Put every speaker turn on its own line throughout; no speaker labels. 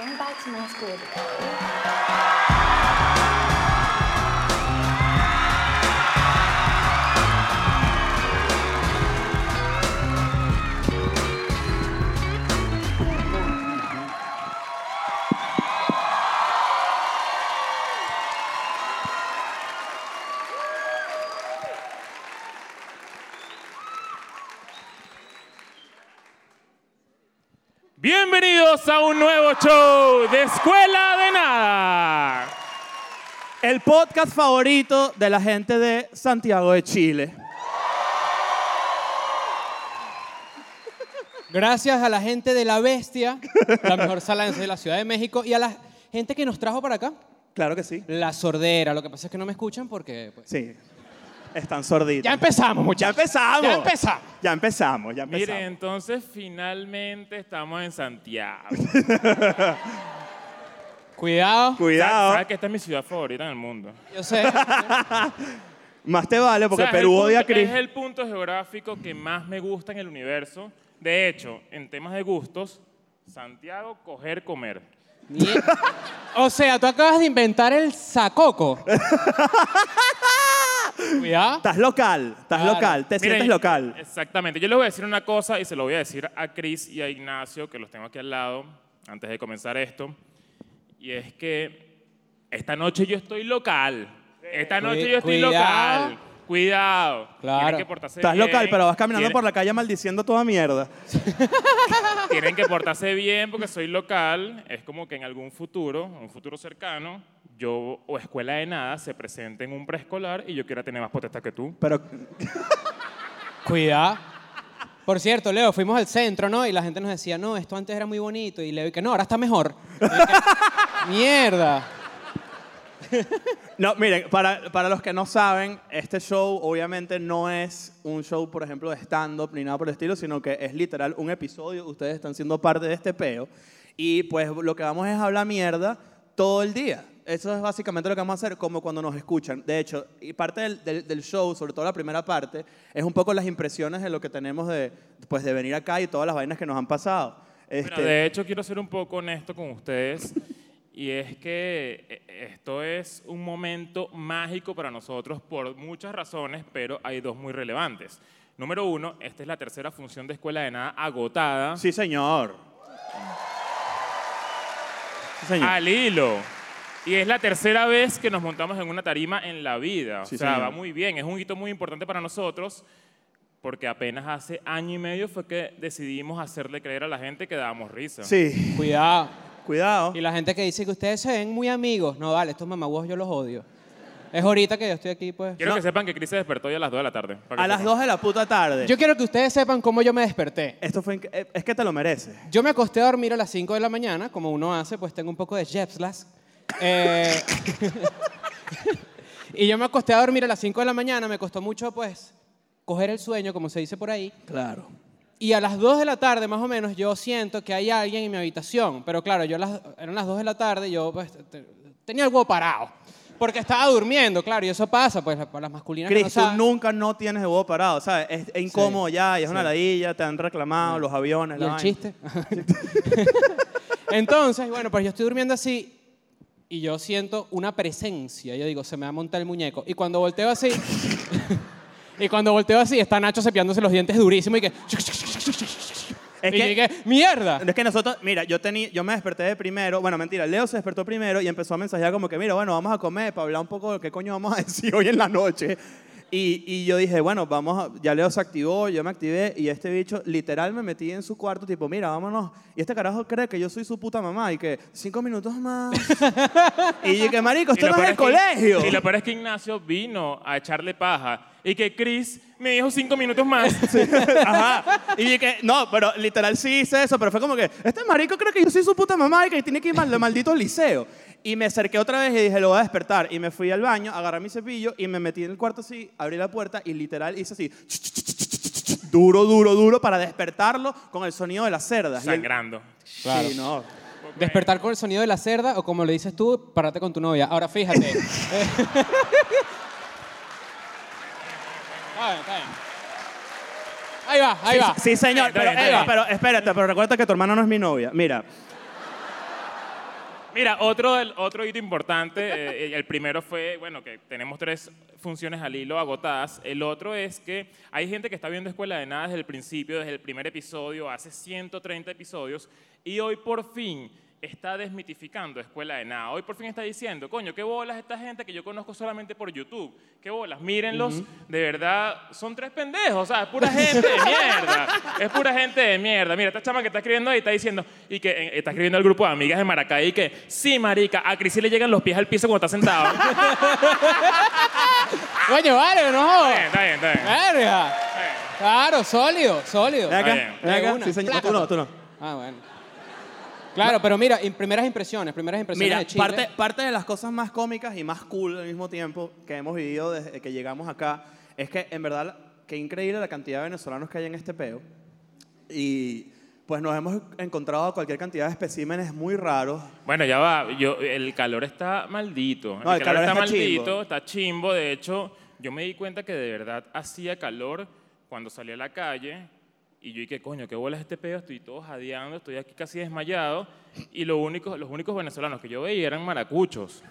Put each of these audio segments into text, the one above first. and back to my school today.
Bienvenidos a un nuevo show de Escuela de Nada.
El podcast favorito de la gente de Santiago de Chile.
Gracias a la gente de La Bestia, la mejor sala de ensayo de la Ciudad de México, y a la gente que nos trajo para acá,
Claro que sí.
La Sordera. Lo que pasa es que no me escuchan porque... pues,
Sí. Están sorditos.
Ya empezamos,
Ya
muchachos.
empezamos.
Ya empezamos.
Ya empezamos, ya empezamos.
Miren, entonces finalmente estamos en Santiago.
Cuidado.
Cuidado.
¿Sabes que esta es mi ciudad favorita en el mundo?
Yo sé.
Más te vale porque
O sea, es el
Perú
punto-
odia a Chris.
Es el punto geográfico que más me gusta en el universo. De hecho, en temas de gustos, Santiago, coger, comer.
Mie- O sea, tú acabas de inventar el sacoco. Cuidado.
Estás local, estás
Claro.
local,
Miren,
te
eh,
sientes local.
Exactamente. Yo les voy a decir una cosa y se lo voy a decir a Cris y a Ignacio, que los tengo aquí al lado, antes de comenzar esto. Y es que esta noche yo estoy local. Esta noche
Cui-
yo estoy
cuidado.
local. Cuidado.
Claro.
Tienen que portarse
Estás
bien.
local, pero vas caminando
Tienen-
por la calle maldiciendo toda mierda.
Tienen que portarse bien porque soy local. Es como que en algún futuro, un futuro cercano, yo o escuela de nada se presente en un preescolar y yo quiera tener más potestad que tú.
Pero
Cuidado. Por cierto, Leo, fuimos al centro, ¿no? Y la gente nos decía, no, esto antes era muy bonito. Y Leo, y que no, ahora está mejor. Y que, Mierda.
No, miren, para, para los que no saben, este show obviamente no es un show, por ejemplo, de stand-up ni nada por el estilo, sino que es literal un episodio. Ustedes están siendo parte de este peo. Y pues lo que vamos es hablar mierda todo el día. Eso es básicamente lo que vamos a hacer, como cuando nos escuchan. De hecho, y parte del, del- del show, sobre todo la primera parte, es un poco las impresiones de lo que tenemos de, pues, de venir acá y todas las vainas que nos han pasado.
Bueno,
Este,
de hecho, quiero ser un poco honesto con ustedes. Y es que eh, esto es un momento mágico para nosotros por muchas razones, pero hay dos muy relevantes. Número uno, esta es la tercera función de Escuela de Nada agotada
Sí, señor. Sí, señor.
al hilo. Y es la tercera vez que nos montamos en una tarima en la vida.
Sí,
o sea,
señor.
va muy bien. Es un hito muy importante para nosotros porque apenas hace año y medio fue que decidimos hacerle creer a la gente que dábamos risa.
Sí.
Cuidado.
Cuidado.
Y la gente que dice que ustedes se ven muy amigos. No, vale, estos mamagüos yo los odio. Es ahorita que yo estoy aquí, pues.
Quiero
No.
que sepan que Cris se despertó hoy a las 2 de la tarde. para que
A las
sepan.
2 de la puta tarde.
Yo quiero que ustedes sepan cómo yo me desperté.
Esto fue inc- eh, es que te lo mereces.
Yo me acosté a dormir a las 5 de la mañana, como uno hace, pues tengo un poco de jepslas. Eh, y yo me acosté a dormir a las 5 de la mañana, me costó mucho, pues, coger el sueño, como se dice por ahí.
Claro.
Y a las 2 de la tarde, más o menos, yo siento que hay alguien en mi habitación. Pero claro, yo a las, eran las 2 de la tarde, yo pues, te- tenía algo parado. Porque estaba durmiendo, claro, y eso pasa, pues, para las masculinas que no
Chris, tú
saben.
nunca no tienes de huevo parado, ¿sabes? Es, es incómodo ya, y es una
sí.
ladilla, te han reclamado los aviones,
¿Y
la
el
vaina.
chiste? Entonces, bueno, pues yo estoy durmiendo así y yo siento una presencia. Yo digo, se me va a montar el muñeco. Y cuando volteo así, y cuando volteo así, está Nacho cepillándose los dientes durísimo y que...
Es
y
que-
yo dije, ¡mierda!
Es que nosotros, mira, yo tenía, yo me desperté de primero, bueno, mentira, Leo se despertó primero y empezó a mensajear como que, mira, bueno, vamos a comer para hablar un poco de qué coño vamos a decir hoy en la noche. Y, y yo dije, bueno, vamos, a- ya Leo se activó, yo me activé y este bicho literal me metí en su cuarto, tipo, mira, vámonos. Y este carajo cree que yo soy su puta mamá y que cinco minutos más. y yo que marico,
Y
esto
lo
no
peor
es el
es que-
colegio.
Y lo peor es que Ignacio vino a echarle paja y que Chris me dijo cinco minutos más.
Ajá. Y dije, no, pero literal sí hice eso, pero fue como que, este marico cree que yo soy su puta mamá y que tiene que ir mal, al maldito liceo. Y me acerqué otra vez y dije, lo voy a despertar. Y me fui al baño, agarré mi cepillo y me metí en el cuarto así, abrí la puerta y literal hice así, duro, duro, duro, para despertarlo con el sonido de las cerdas. Y él-
Sangrando.
Claro.
Sí, no.
Despertar con el sonido de la cerda o como le dices tú, pararte con tu novia. Ahora fíjate. Eh. Está bien, está bien. Ahí va, ahí
Sí,
va.
Sí, señor,
Está
pero,
bien, está
eh, pero espérate, pero recuerda que tu hermana no es mi novia. Mira.
Mira, otro, del- otro hito importante, eh, el primero fue, bueno, que tenemos tres funciones al hilo agotadas. El otro es que hay gente que está viendo Escuela de Nada desde el principio, desde el primer episodio, hace 130 episodios, y hoy por fin está desmitificando Escuela de Nada. Hoy por fin está diciendo, coño, qué bolas esta gente que yo conozco solamente por YouTube. Qué bolas, mírenlos, de verdad, son tres pendejos, o sea, es pura gente de mierda. Es pura gente de mierda. Mira, esta chama que está escribiendo ahí está diciendo, y que eh, está escribiendo al grupo de amigas de Maracay, y que, sí, marica, a Cris sí le llegan los pies al piso cuando está sentado.
Coño, vale, no jodas.
Está bien, está bien, está bien.
Verga. Claro, sólido, sólido.
Ven
bien.
acá, ven
De
acá.
una,
Sí, señor.
placa.
Tú no, tú no.
Ah, bueno. Claro, pero mira, im- primeras impresiones, primeras impresiones
Mira,
de Chile.
parte, parte de las cosas más cómicas y más cool al mismo tiempo que hemos vivido desde que llegamos acá es que, en verdad, qué increíble la cantidad de venezolanos que hay en este peo. Y pues nos hemos encontrado a cualquier cantidad de especímenes muy raros.
Bueno, ya va. Yo, el calor está maldito.
No, el calor
está,
está chimbo.
maldito, está chimbo. De hecho, yo me di cuenta que de verdad hacía calor cuando salí a la calle y yo dije, coño, qué bolas este pedo, estoy todo jadeando, estoy aquí casi desmayado. Y lo único, los únicos venezolanos que yo veía eran maracuchos.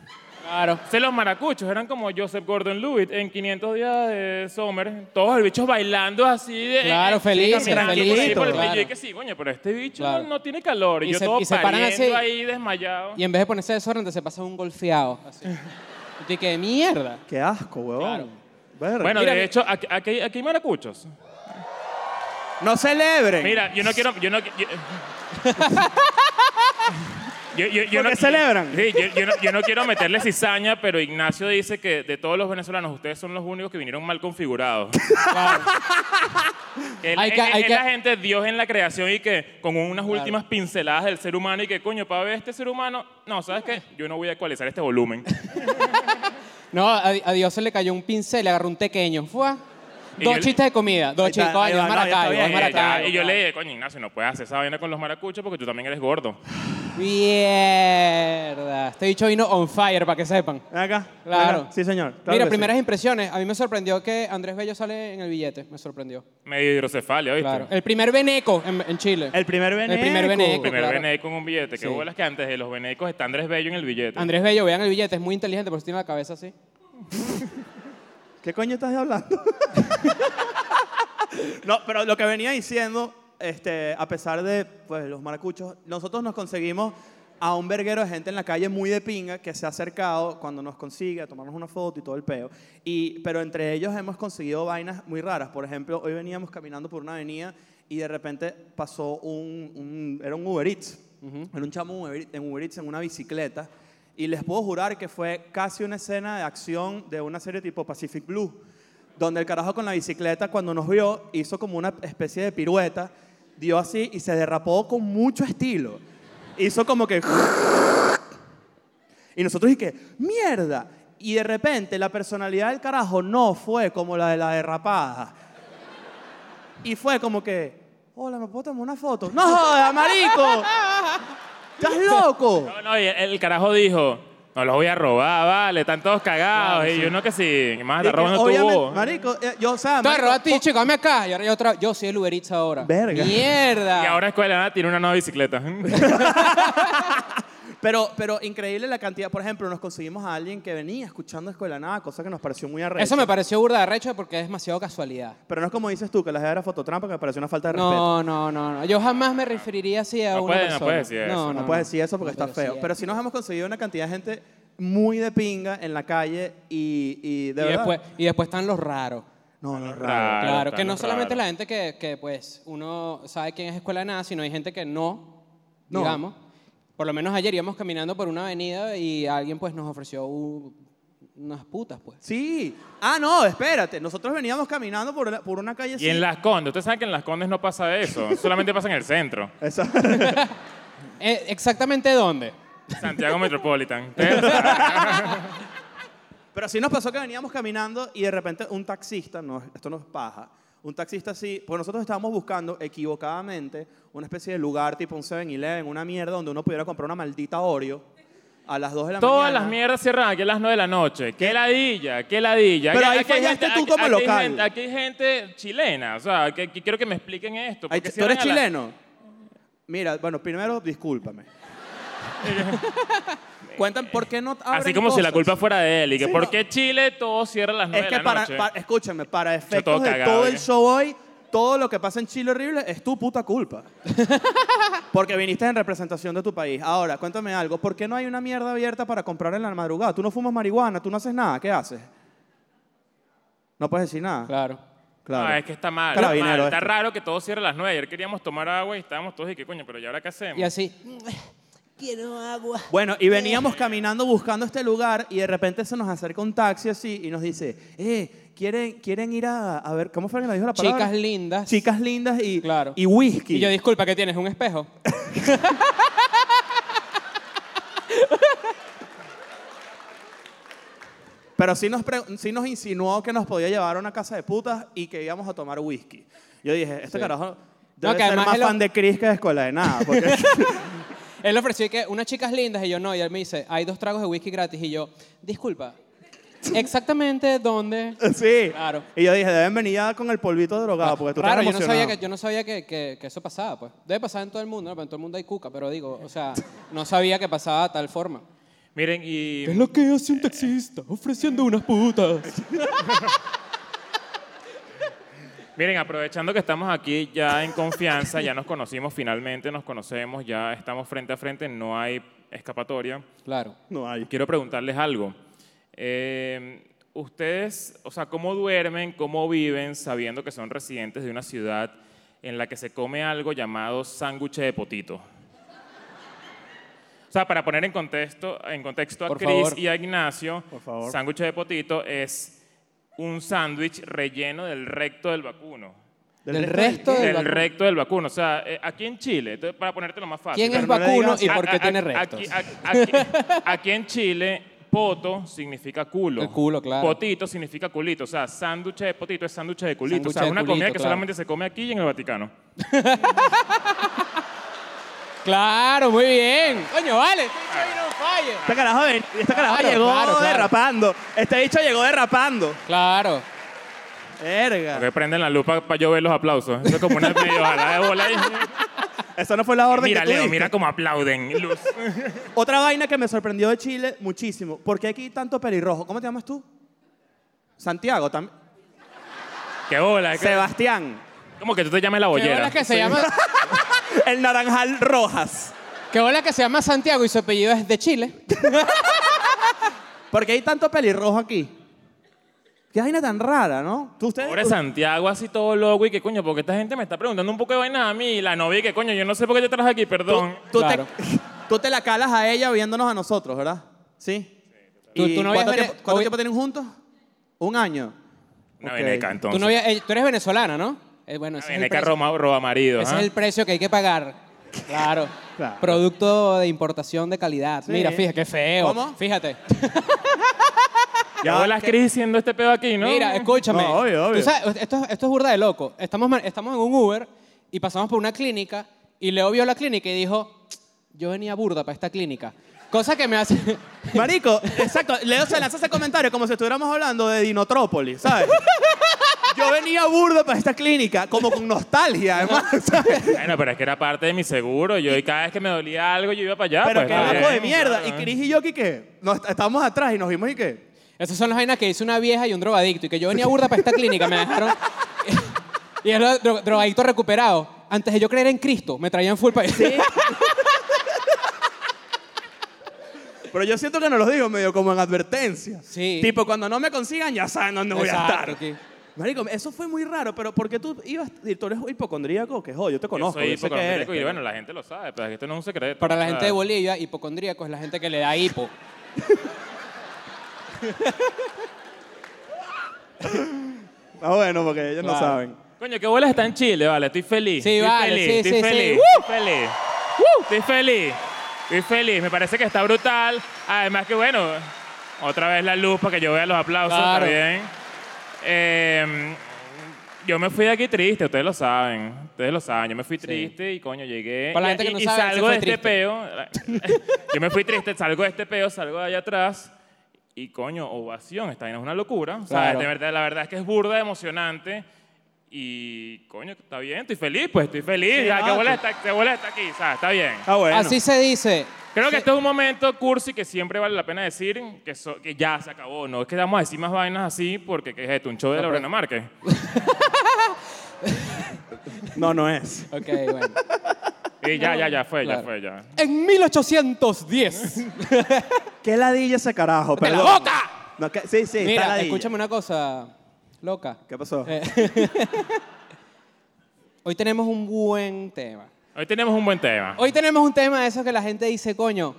Claro.
Sé los maracuchos, eran como Joseph Gordon-Levitt en 500 días de Summer, todos los bichos bailando así de...
Claro,
eh,
felices,
caminando por ahí
felices,
por el-
claro.
Y yo dije, sí, coño, pero este bicho
Claro.
no, no tiene calor. Y,
Y
yo
se-
todo
y se paran
pariendo
así.
ahí desmayado.
Y en vez de ponerse desorden, se pasa un golfeado. Así. Y te quedé mierda.
¡Qué asco, huevón!
Claro.
Verga.
Bueno,
Mira,
de
mi-
hecho, aquí, aquí- aquí hay maracuchos.
¡No celebren!
Mira, yo no quiero. Yo no, qui- yo, Yo- yo- yo
¿Por qué celebran?
Sí, yo, yo no, yo no quiero meterle cizaña, pero Ignacio dice que de todos los venezolanos, ustedes son los únicos que vinieron mal configurados.
Claro.
Él,
Hay que-
él-
hay
él
que-
la gente Dios en la creación y que con unas últimas pinceladas del ser humano y que, coño, para ver este ser humano, no, ¿sabes qué? Yo no voy a ecualizar este volumen.
No, a, a Dios se le cayó un pincel, le agarró un pequeño. Fue.
Y
Dos
yo le-
chistes de comida, dos
Ahí está,
chistes.
ahí
Coño,
va,
es
no, ya está
Maracaibo,
bien,
es
Y
ya está,
Maracaibo.
ya- y yo le dije, coño, Ignacio, no puedes hacer esa vaina con los maracuchos porque tú también eres gordo.
Mierda. Este bicho vino on fire, para que sepan.
Ven acá. ven acá.
Claro.
Sí, señor. Claro
Mira,
que sí.
primeras impresiones. A mí me sorprendió que Andrés Bello sale en el billete. Me sorprendió.
Medio hidrocefalia, ¿viste?
Claro. El primer Beneco en, en Chile.
Este. El primer veneco.
El primer veneco.
Primer
claro.
veneco en un billete. Que
Sí.
bolas que antes de los venecos está Andrés Bello en el billete.
Andrés Bello, vean el billete, es muy inteligente, por eso tiene la cabeza así.
¿Qué coño estás hablando? no, pero lo que venía diciendo, este, a pesar de pues, los maracuchos, nosotros nos conseguimos a un verguero de gente en la calle muy de pinga que se ha acercado cuando nos consigue a tomarnos una foto y todo el peo. Y, pero entre ellos hemos conseguido vainas muy raras. Por ejemplo, hoy veníamos caminando por una avenida y de repente pasó un, un- era un Uber Eats, era un chamo Uber- en Uber Eats en una bicicleta. Y les puedo jurar que fue casi una escena de acción de una serie tipo Pacific Blue donde el carajo con la bicicleta cuando nos vio hizo como una especie de pirueta, dio así y se derrapó con mucho estilo. Hizo como que... Y nosotros dije, mierda. Y de repente la personalidad del carajo no fue como la de la derrapada. Y fue como que, hola, ¿me puedo tomar una foto? No, jodas, marico. ¿Estás loco?
No, no, y el, el carajo dijo, no los voy a robar, vale, están todos cagados. y yo no que sí, que más
Y
está
que,
robando tu
obviamente,
voz.
Marico, eh, yo, o sea,
Te
marico,
roba a ti, chico, dame acá. Y ahora yo, otra, yo soy el Uber Eats ahora.
Verga.
Mierda.
Y ahora Escuela de Nada tiene una nueva bicicleta.
Pero, pero increíble la cantidad. Por ejemplo, nos conseguimos a alguien que venía escuchando Escuela de Nada, cosa que nos pareció muy arrecha.
Eso me pareció burda de recho porque es demasiado casualidad.
Pero no es como dices tú, que la gente era fototrampa, que me pareció una falta de respeto.
No, no, no, no. Yo jamás me referiría así a
No
una
puede- no
persona.
puede decir eso.
No, puedes decir eso porque
No,
está feo.
sí es.
pero sí nos hemos conseguido una cantidad de gente muy de pinga en la calle y, y de
y,
verdad.
después, y después están los raros.
no, no, es raro.
Raro,
Claro, que
claro,
no solamente
raro.
la gente que, que, pues, uno sabe quién es escuela de nada, sino hay gente que no,
No.
digamos. Por lo menos ayer íbamos caminando por una avenida y alguien, pues, nos ofreció u- unas putas, pues.
Sí. Ah, no, espérate. Nosotros veníamos caminando por, la- por una calle
y en Las Condes, ustedes saben que en Las Condes no pasa eso, solamente pasa en el centro.
Eso.
Eh, ¿Exactamente dónde?
Santiago Metropolitan. Ustedes saben.
Pero sí nos pasó que veníamos caminando y de repente un taxista, no, esto nos paja, un taxista así, pues nosotros estábamos buscando equivocadamente una especie de lugar tipo un 7-Eleven, una mierda donde uno pudiera comprar una maldita Oreo a las 2 de la
Todas
mañana.
las mierdas cierran aquí a las 9 de la noche. Qué ladilla, qué ladilla.
Pero
Aquí-
ahí
aquí hay
fallaste
gente-
tú como
aquí- aquí hay
local.
gente- Aquí hay gente chilena, o sea, que, que quiero que me expliquen esto.
Ay,
porque
¿Tú eres
cierran a las-
chileno? Mira, bueno, primero discúlpame. Cuentan por qué no abren
Así como si la
cosas?
culpa fuera de él y que
Sí,
¿por
no.
qué Chile todo cierra a las nueve
Es
de la
que para,
noche?
para- escúchame, para efectos
todo
de
cagado,
todo
¿eh?
el show hoy, todo lo que pasa en Chile horrible es tu puta culpa. Porque viniste en representación de tu país. Ahora, cuéntame algo, ¿por qué no hay una mierda abierta para comprar en la madrugada? Tú no fumas marihuana, tú no haces nada, ¿qué haces? No puedes decir nada.
Claro.
Claro.
Ah, es que está mal. Está,
Carabinero
mal. Está
este.
raro que todo cierre a las nueve. Ayer queríamos tomar agua y estábamos todos y qué coño, pero ¿y ahora qué hacemos?
Y así.
Quiero agua.
Bueno, y veníamos caminando buscando este lugar y de repente se nos acerca un taxi así y nos dice, eh, ¿quieren, quieren ir a, a ver, ¿cómo fue que nos dijo la palabra?
Chicas lindas.
Chicas lindas y,
Claro.
y whisky.
Y yo, disculpa, ¿qué tienes? ¿Un espejo?
Pero sí nos, pre- sí nos insinuó que nos podía llevar a una casa de putas y que íbamos a tomar whisky. Yo dije, este
Sí.
carajo debe
que
ser
además
más
él lo-
fan de Chris que de Escuela de Nada. Porque
Él ofreció que unas chicas lindas y yo no. Y él me dice, hay dos tragos de whisky gratis. Y yo, disculpa, ¿exactamente dónde?
sí.
Claro.
Y yo dije, deben venir ya con el polvito drogado Ah, porque tú
Raro, yo
estás
no sabía, que,
emocionado.
yo no sabía que, que- que eso pasaba, pues. Debe pasar en todo el mundo, ¿no? Pero en todo el mundo hay cuca, pero digo, o sea, no sabía que pasaba de tal forma.
Miren, y
lo que hace un taxista ofreciendo unas putas?
miren, aprovechando que estamos aquí ya en confianza, ya nos conocimos finalmente, nos conocemos, ya estamos frente a frente, no hay escapatoria.
Claro.
No hay.
Quiero preguntarles algo. Eh, Ustedes, o sea, ¿cómo duermen, cómo viven sabiendo que son residentes de una ciudad en la que se come algo llamado sándwich de potito? O sea, para poner en contexto, en contexto a
Por
Chris
favor.
y a Ignacio,
Por favor.
sándwich de potito es un sándwich relleno del recto del vacuno.
Del resto de-
Del
vacuno.
recto del vacuno. O sea, eh, aquí en Chile, entonces, para ponértelo más fácil.
¿Quién es
Pero no le
vacuno
digas-
y
A-
por
a-
qué
a-
tiene restos?
Aquí, a- aquí- aquí en Chile, poto significa culo.
El culo, claro.
Potito significa culito. O sea, sándwich de potito es sándwich de culito.
Sándwich
o sea,
de
una
culito,
comida que
claro.
solamente se come aquí y en el Vaticano.
Claro, muy bien. Coño, vale, este bicho vino on fire.
Este carajo, ven- este carajo
Claro,
llegó
claro, claro.
derrapando. Este bicho llegó derrapando.
Claro.
Verga.
Porque prenden la lupa para yo ver los aplausos. Eso es como una medio ojalá de bola. ahí.
Esa no fue la orden
mira,
que tú
Leo,
diste.
mira cómo aplauden. Luz.
Otra vaina que me sorprendió de Chile muchísimo. ¿Por qué aquí tanto pelirrojo? ¿Cómo te llamas tú? Santiago también.
Qué bola. qué-
Sebastián.
Como que tú te llames la
Qué
bollera.
bola que se llama,
El naranjal Rojas.
qué bola que se llama Santiago y su apellido es de Chile.
¿Por qué hay tanto pelirrojo aquí? Qué vaina tan rara, ¿no? ¿Tú ustedes?
Pobre Santiago, así todo loco y que coño, porque esta gente me está preguntando un poco de vainas a mí y la novia y que coño, yo no sé por qué te traje aquí,
tú,
perdón.
tú
Claro.
te, tú te la calas a ella viéndonos a nosotros, ¿verdad? Sí.
Tú-
¿Y
tú no
¿Cuánto,
habías
tiempo,
vene-
cuánto
hoy-
tiempo tienen juntos? Un año.
Una
Ok.
veneca,
Tú,
entonces.
no había- eh, tú eres venezolana, ¿no? Eh, bueno, ese es el
veneca
precio-
Roma, roba marido.
Ese
¿ah?
es el precio que hay que pagar. Claro.
Claro.
Producto de importación de calidad.
Sí.
Mira, fíjate, qué feo.
¿Cómo?
Fíjate.
Ya
Ah,
vos las
que-
Cris diciendo este pedo aquí, ¿no?
Mira, escúchame.
No, obvio, obvio.
Tú sabes, esto, es- esto es burda de loco. Estamos, ma- estamos en un Uber y pasamos por una clínica y Leo vio la clínica y dijo, yo venía burda para esta clínica. Cosa que me hace...
Marico, exacto. Leo se lanza ese comentario como si estuviéramos hablando de Dinotrópolis, ¿sabes? Yo venía burdo para esta clínica, como con nostalgia, además, ¿sabes?
Bueno, pero es que era parte de mi seguro. Yo, y cada vez que me dolía algo, yo iba para allá.
Pero
pues,
qué
está
loco de
bien,
mierda.
claro.
Y Cris y yo, que nos estábamos atrás y nos vimos y que...
Esas son las vainas que hizo una vieja y un drogadicto y que yo venía burda para esta clínica. Me dejaron... y es lo dro- drogadicto recuperado. Antes de yo creer en Cristo, me traían full para...
Pero yo siento que no los digo medio como en advertencia.
Sí.
Tipo, cuando no me consigan, ya saben dónde voy
Exacto,
a estar.
sí.
Marico, eso fue muy raro, pero ¿por qué tú ibas, tú eres hipocondríaco? Que joder, yo te conozco,
Yo soy
yo sé que eres,
hipocondríaco y
pero-
bueno, la gente lo sabe, pero es que esto no es un secreto.
Para la
o sea,
gente de Bolivia, hipocondríaco es la gente que le da hipo.
Ah, bueno, porque ellos no
Claro.
saben.
Coño, qué bolas está en Chile, vale. Estoy feliz.
Sí,
estoy
vale,
Feliz,
sí,
estoy
sí, sí.
feliz,
¡Woo!
Estoy feliz. Estoy feliz. Estoy feliz. Me parece que está brutal. Además que, bueno, otra vez la luz para que yo vea los aplausos
Claro.
también. Eh, yo me fui de aquí triste, ustedes lo saben. Ustedes lo saben. Yo me fui triste y, coño, llegué.
Para la
y,
gente que no
y- y
sabe, él se
salgo
fue
de este
triste.
peo. yo me fui triste, salgo de este peo, salgo de allá atrás. Y coño, ovación, esta vaina es una locura. O sea,
Claro.
de verdad, la verdad es que es burda, emocionante. Y coño, está bien, estoy feliz, pues estoy feliz.
Sí,
ya,
no,
que bola
tú-
está, que bola está aquí, o sea, está bien.
Ah, bueno.
Así se dice
Creo que este es un momento, Cursi, que siempre vale la pena decir que, so- que ya se acabó. No es que vamos a decir más vainas así porque que es esto, un show de
No, pero-
Lorena Márquez.
No, no es.
Ok, bueno.
Y ya, ya, ya fue,
Claro.
ya fue, ya.
En 1810.
¿Qué ladilla ese carajo?
¡De la
Perdón.
boca!
No, que- sí, sí, está
Mira,
ladilla.
escúchame una cosa, loca.
¿Qué pasó?
Eh, Hoy tenemos un buen tema.
Hoy tenemos un buen tema.
Hoy tenemos un tema de esos que la gente dice, coño.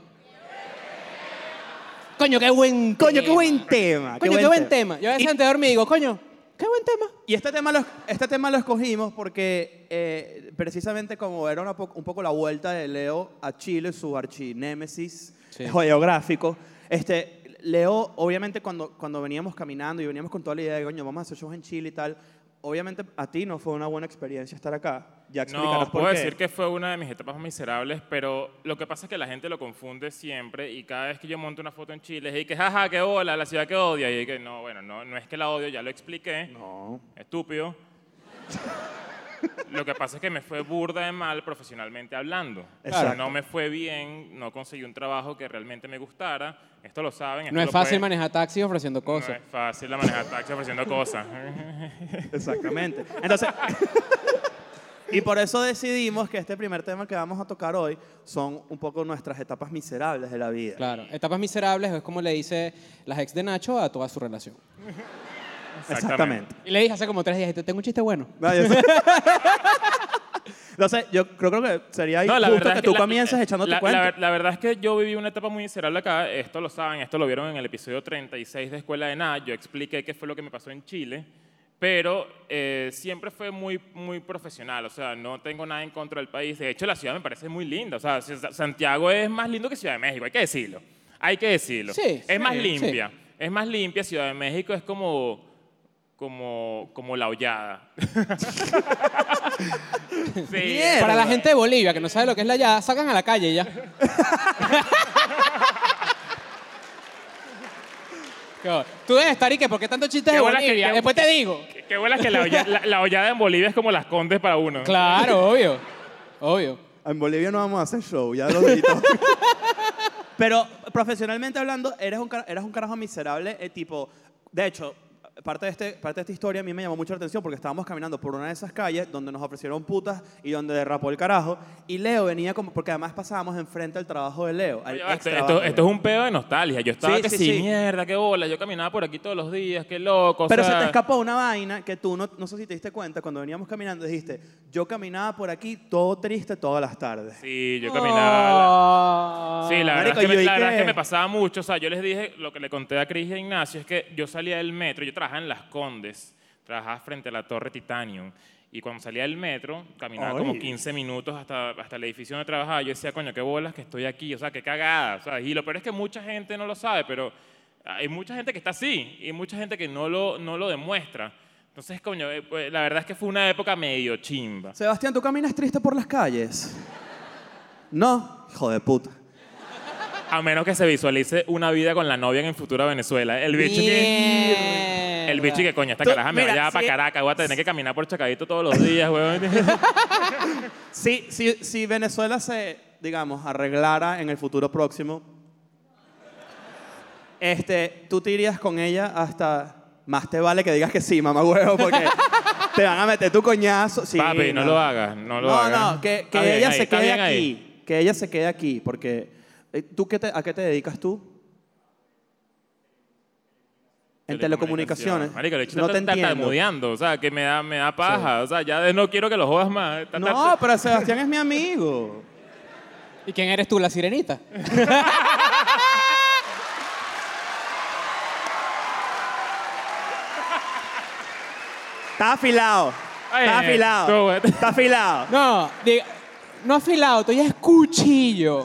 Coño, qué buen
Coño, qué
tema.
buen tema.
eh, Coño, qué buen tema. Yo a veces
Y-
antes de dormir digo, coño, qué buen tema.
Y este tema lo, este tema lo escogimos porque eh, precisamente como era una po- un poco la vuelta de Leo a Chile, su archinémesis
Sí.
geográfico, este, Leo, obviamente cuando, cuando veníamos caminando y veníamos con toda la idea de, coño, vamos a hacer shows en Chile y tal, obviamente a ti no fue una buena experiencia estar acá. Ya explicarás
No,
por
puedo
qué.
decir que fue una de mis etapas más miserables, pero lo que pasa es que la gente lo confunde siempre y cada vez que yo monto una foto en Chile es y que jaja, qué hola, la ciudad que odia. Y que no, bueno, no, no es que la odio, ya lo expliqué.
No.
Estúpido. Lo que pasa es que me fue burda de mal profesionalmente hablando. O sea,
Exacto.
No me fue bien, no conseguí un trabajo que realmente me gustara. Esto lo saben. esto
No es
lo
fácil
pueden-
manejar taxi ofreciendo
No
cosas.
es fácil la manejar taxi ofreciendo cosas.
Exactamente. Entonces, y por eso decidimos que este primer tema que vamos a tocar hoy son un poco nuestras etapas miserables de la vida.
Claro, etapas miserables es como le dice las ex de Nacho a toda su relación.
Exactamente.
Y le dije hace como tres días, te tengo un chiste bueno.
No, yo- Entonces, yo creo, creo que sería
No, la
injusto
verdad
que
es
tú
la- eh,
comiences echando
la-
tu cuento.
La, ver- la verdad es que yo viví una etapa muy miserable acá. Esto lo saben, esto lo vieron en el episodio 36 de Escuela de Nada. Yo expliqué qué fue lo que me pasó en Chile. Pero eh, siempre fue muy, muy profesional, o sea, no tengo nada en contra del país. De hecho, la ciudad me parece muy linda. O sea, si- Sa- Santiago es más lindo que Ciudad de México, hay que decirlo. Hay que decirlo.
Sí,
es más
sí,
limpia. Es más limpia. Ciudad de México es como, como, como la hollada. Sí,
Bien.
Para la
Pero-
gente de Bolivia que no sabe lo que es la ya, sacan a la calle y ya. Qué bueno. Tú debes estar y que, ¿por qué tanto chistes
Qué
de
bolas que-
Bolivia?
qué-
Después te digo.
Qué- Qué buena que la, olla- la- la hollada en Bolivia es como las condes para uno.
Claro, obvio. Obvio.
En Bolivia no vamos a hacer show, ya lo edito. Pero profesionalmente hablando, eres un, cara- eras un carajo miserable, eh, tipo, de hecho, parte de, este, parte de esta historia a mí me llamó mucho la atención porque estábamos caminando por una de esas calles donde nos ofrecieron putas y donde derrapó el carajo y Leo venía como, porque además pasábamos enfrente al trabajo de Leo. al
Oye, va, Esto,
extrabajo
esto-
de
esto
Leo.
es un pedo de nostalgia. Yo estaba
Sí,
que
sí,
sí,
sí.
mierda, qué bola. Yo caminaba por aquí todos los días, qué loco. o
Pero se
sea,
te escapó una vaina que tú no, no sé si te diste cuenta cuando veníamos caminando, dijiste, yo caminaba por aquí todo triste todas las tardes.
Sí, yo caminaba.
Oh.
Sí, la, verdad, es
Marico,
que
yo
me, la
dije-
verdad es que me pasaba mucho. O sea, yo les dije, lo que le conté a Cris y a Ignacio es que yo salía del metro, yo trabajaba en Las Condes, trabajaba frente a la Torre Titanium. Y cuando salía del metro, caminaba
Ay.
como 15 minutos hasta, hasta el edificio donde trabajaba. Yo decía, coño, qué bolas que estoy aquí. O sea, qué cagada. O sea, y lo peor es que mucha gente no lo sabe, pero hay mucha gente que está así y mucha gente que no lo, no lo demuestra. Entonces, coño, eh, pues, la verdad es que fue una época medio chimba.
Sebastián, ¿tú caminas triste por las calles? No, hijo de puta.
A menos que se visualice una vida con la novia en futura Venezuela. El bicho que.
Mierda.
El bicho que coño, esta
Tú-
caraja me
mira,
vaya para
si-
Caracas. Voy a tener que caminar por Chacadito todos los días, weón.
Si, si, si Venezuela se, digamos, arreglara en el futuro próximo, este, tú te irías con ella hasta... Más te vale que digas que sí, mamá huevo, porque te van a meter tu coñazo. Sí,
Papi, no lo hagas. No, lo
No,
hagas.
no, que, que
Está bien
ella
ahí,
se
está
quede
bien
aquí.
ahí.
Que ella se quede aquí, porque eh, ¿tú qué te- a qué te dedicas tú? En telecomunicaciones.
Marico, le
no te entiendo.
tartamudeando. O sea, que me da, me da paja. O sea, ya de- no quiero que lo jodas más. Está
No,
tart-
pero Sebastián es mi amigo.
¿Y quién eres tú, la sirenita?
Está afilado.
Ay,
Está afilado.
tú,
Está afilado.
No, diga- no afilado, todavía es cuchillo.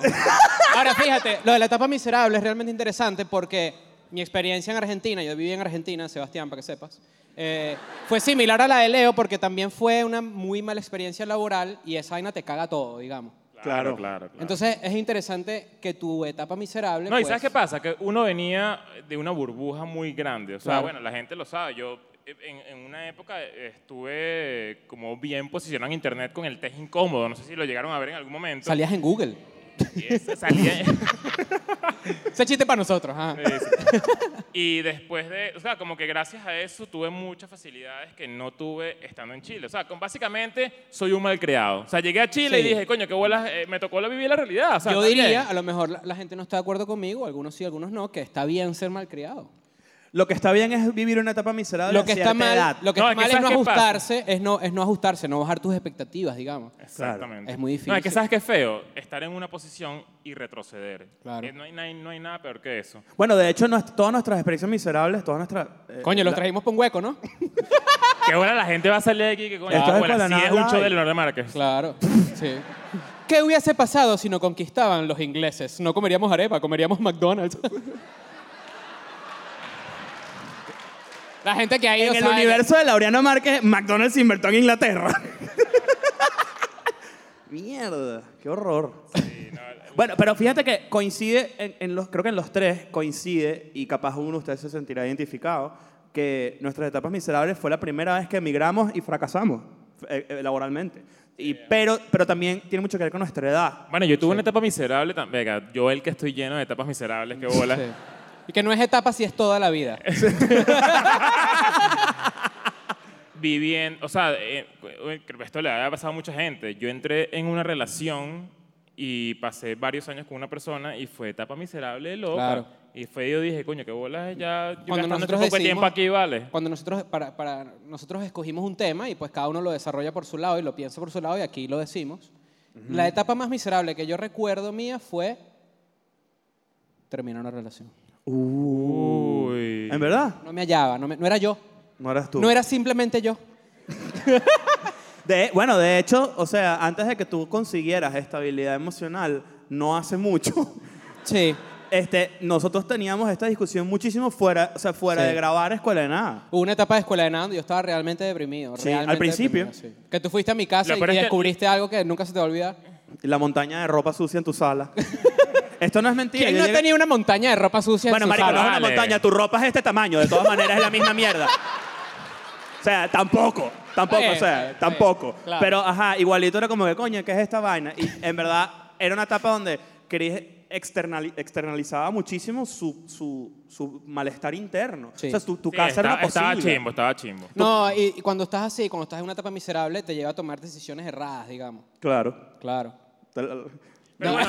Ahora fíjate, lo de la etapa miserable es realmente interesante porque mi experiencia en Argentina, yo viví en Argentina, Sebastián, para que sepas, eh, fue similar a la de Leo porque también fue una muy mala experiencia laboral y esa vaina te caga todo, digamos.
Claro.
Claro, claro. claro.
Entonces es interesante que tu etapa miserable.
No, ¿y
pues,
sabes qué pasa? Que uno venía de una burbuja muy grande. O sea,
Claro.
bueno, la gente lo sabe. Yo eh, en, en una época eh, estuve como bien posicionado en internet con el test incómodo. No sé si lo llegaron a ver en algún momento.
Salías en Google.
Y esa salía.
Ese chiste para nosotros. ajá.
Y después de, o sea, como que gracias a eso tuve muchas facilidades que no tuve estando en Chile. O sea, con- básicamente soy un mal creado. O sea, llegué a Chile
Sí.
y dije, coño, qué bolas, eh, me tocó la vivir la realidad. O sea,
Yo
está bien.
diría, a lo mejor la, la gente no está de acuerdo conmigo, algunos sí, algunos no, que está bien ser malcriado.
Lo que está bien es vivir una etapa miserable
Lo
a
que está
cierta
mal,
edad.
lo que
No,
está
es que
mal es no
¿sabes qué pasa?
ajustarse, es no, es no ajustarse, no bajar tus expectativas, digamos.
Eh,
Exactamente.
Es muy
No, es que
difícil.
sabes qué es feo, estar en una posición y retroceder.
Claro.
Eh, no, hay, no hay- no hay nada peor que eso.
Bueno, de hecho, nues- todas nuestras experiencias miserables, todas nuestras... eh,
Coño, los
la-
trajimos por un hueco, ¿no?
que ahora la gente va a salir de aquí que coño,
Esto es
ah, bueno,
para
sí
nada
es un show
live.
de Leonardo Márquez.
Claro, sí. ¿Qué hubiese pasado si no conquistaban los ingleses? No comeríamos arepa, comeríamos McDonald's. La gente que ha ido
En el
sabe que-
universo de Laureano Márquez, McDonald's se inventó en Inglaterra. Mierda, qué horror. Bueno, pero fíjate que coincide, en, en los, creo que en los tres coincide, y capaz uno de ustedes se sentirá identificado, que nuestras etapas miserables fue la primera vez que emigramos y fracasamos eh, eh, laboralmente. Y, pero, pero también tiene mucho que ver con nuestra edad.
Bueno, yo tuve una etapa miserable también. Venga, yo el que estoy lleno de etapas miserables, qué bola.
Sí. Y que no es etapa si es toda la vida.
Viviendo, o sea, eh, eh, esto le ha pasado a mucha gente. Yo entré en una relación y pasé varios años con una persona y fue etapa miserable, loca.
Claro.
Y fue yo dije, coño, qué bola, ya yo
Cuando
gastando este
nosotros
poco de tiempo
decidimos-
aquí, vale.
Cuando nosotros, para, para- nosotros escogimos un tema y pues cada uno lo desarrolla por su lado y lo piensa por su lado y aquí lo decimos. La etapa más miserable que yo recuerdo mía fue terminar una relación.
Uy.
¿En verdad?
No me hallaba, no, me- no era yo.
No eras tú.
No era simplemente yo.
De- bueno, de hecho, o sea, antes de que tú consiguieras estabilidad emocional, no hace mucho,
Sí.
este, nosotros teníamos esta discusión muchísimo fuera, o sea, fuera
Sí.
de grabar Escuela de Nada.
Hubo una etapa de escuela de nada donde yo estaba realmente deprimido.
Sí,
realmente
al principio.
deprimido, sí. Que tú fuiste a mi casa
Lo
y,
peor
y
es que-
descubriste algo que nunca se te va a olvidar.
La montaña de ropa sucia en tu sala. Esto no es mentira.
¿Quién
yo
no
llegué-
tenía una montaña de ropa sucia
Bueno,
en su
marico, no es
sala?
una
Vale.
montaña, tu ropa es de este tamaño, de todas maneras es la misma mierda. O sea, tampoco, tampoco,
Está bien,
o
está
sea,
bien,
tampoco.
está bien, claro.
Pero, ajá, igualito era como que, coño, ¿qué es esta vaina? Y en verdad, era una etapa donde quería externali- externalizaba muchísimo su, su, su malestar interno.
Sí.
O sea, tu, tu
Sí,
casa era
estaba,
una
estaba
posible.
chimbo, estaba chimbo.
No, y, y cuando estás así, cuando estás en una etapa miserable, te lleva a tomar decisiones erradas, digamos.
Claro.
Claro.
Pero
No.
bueno,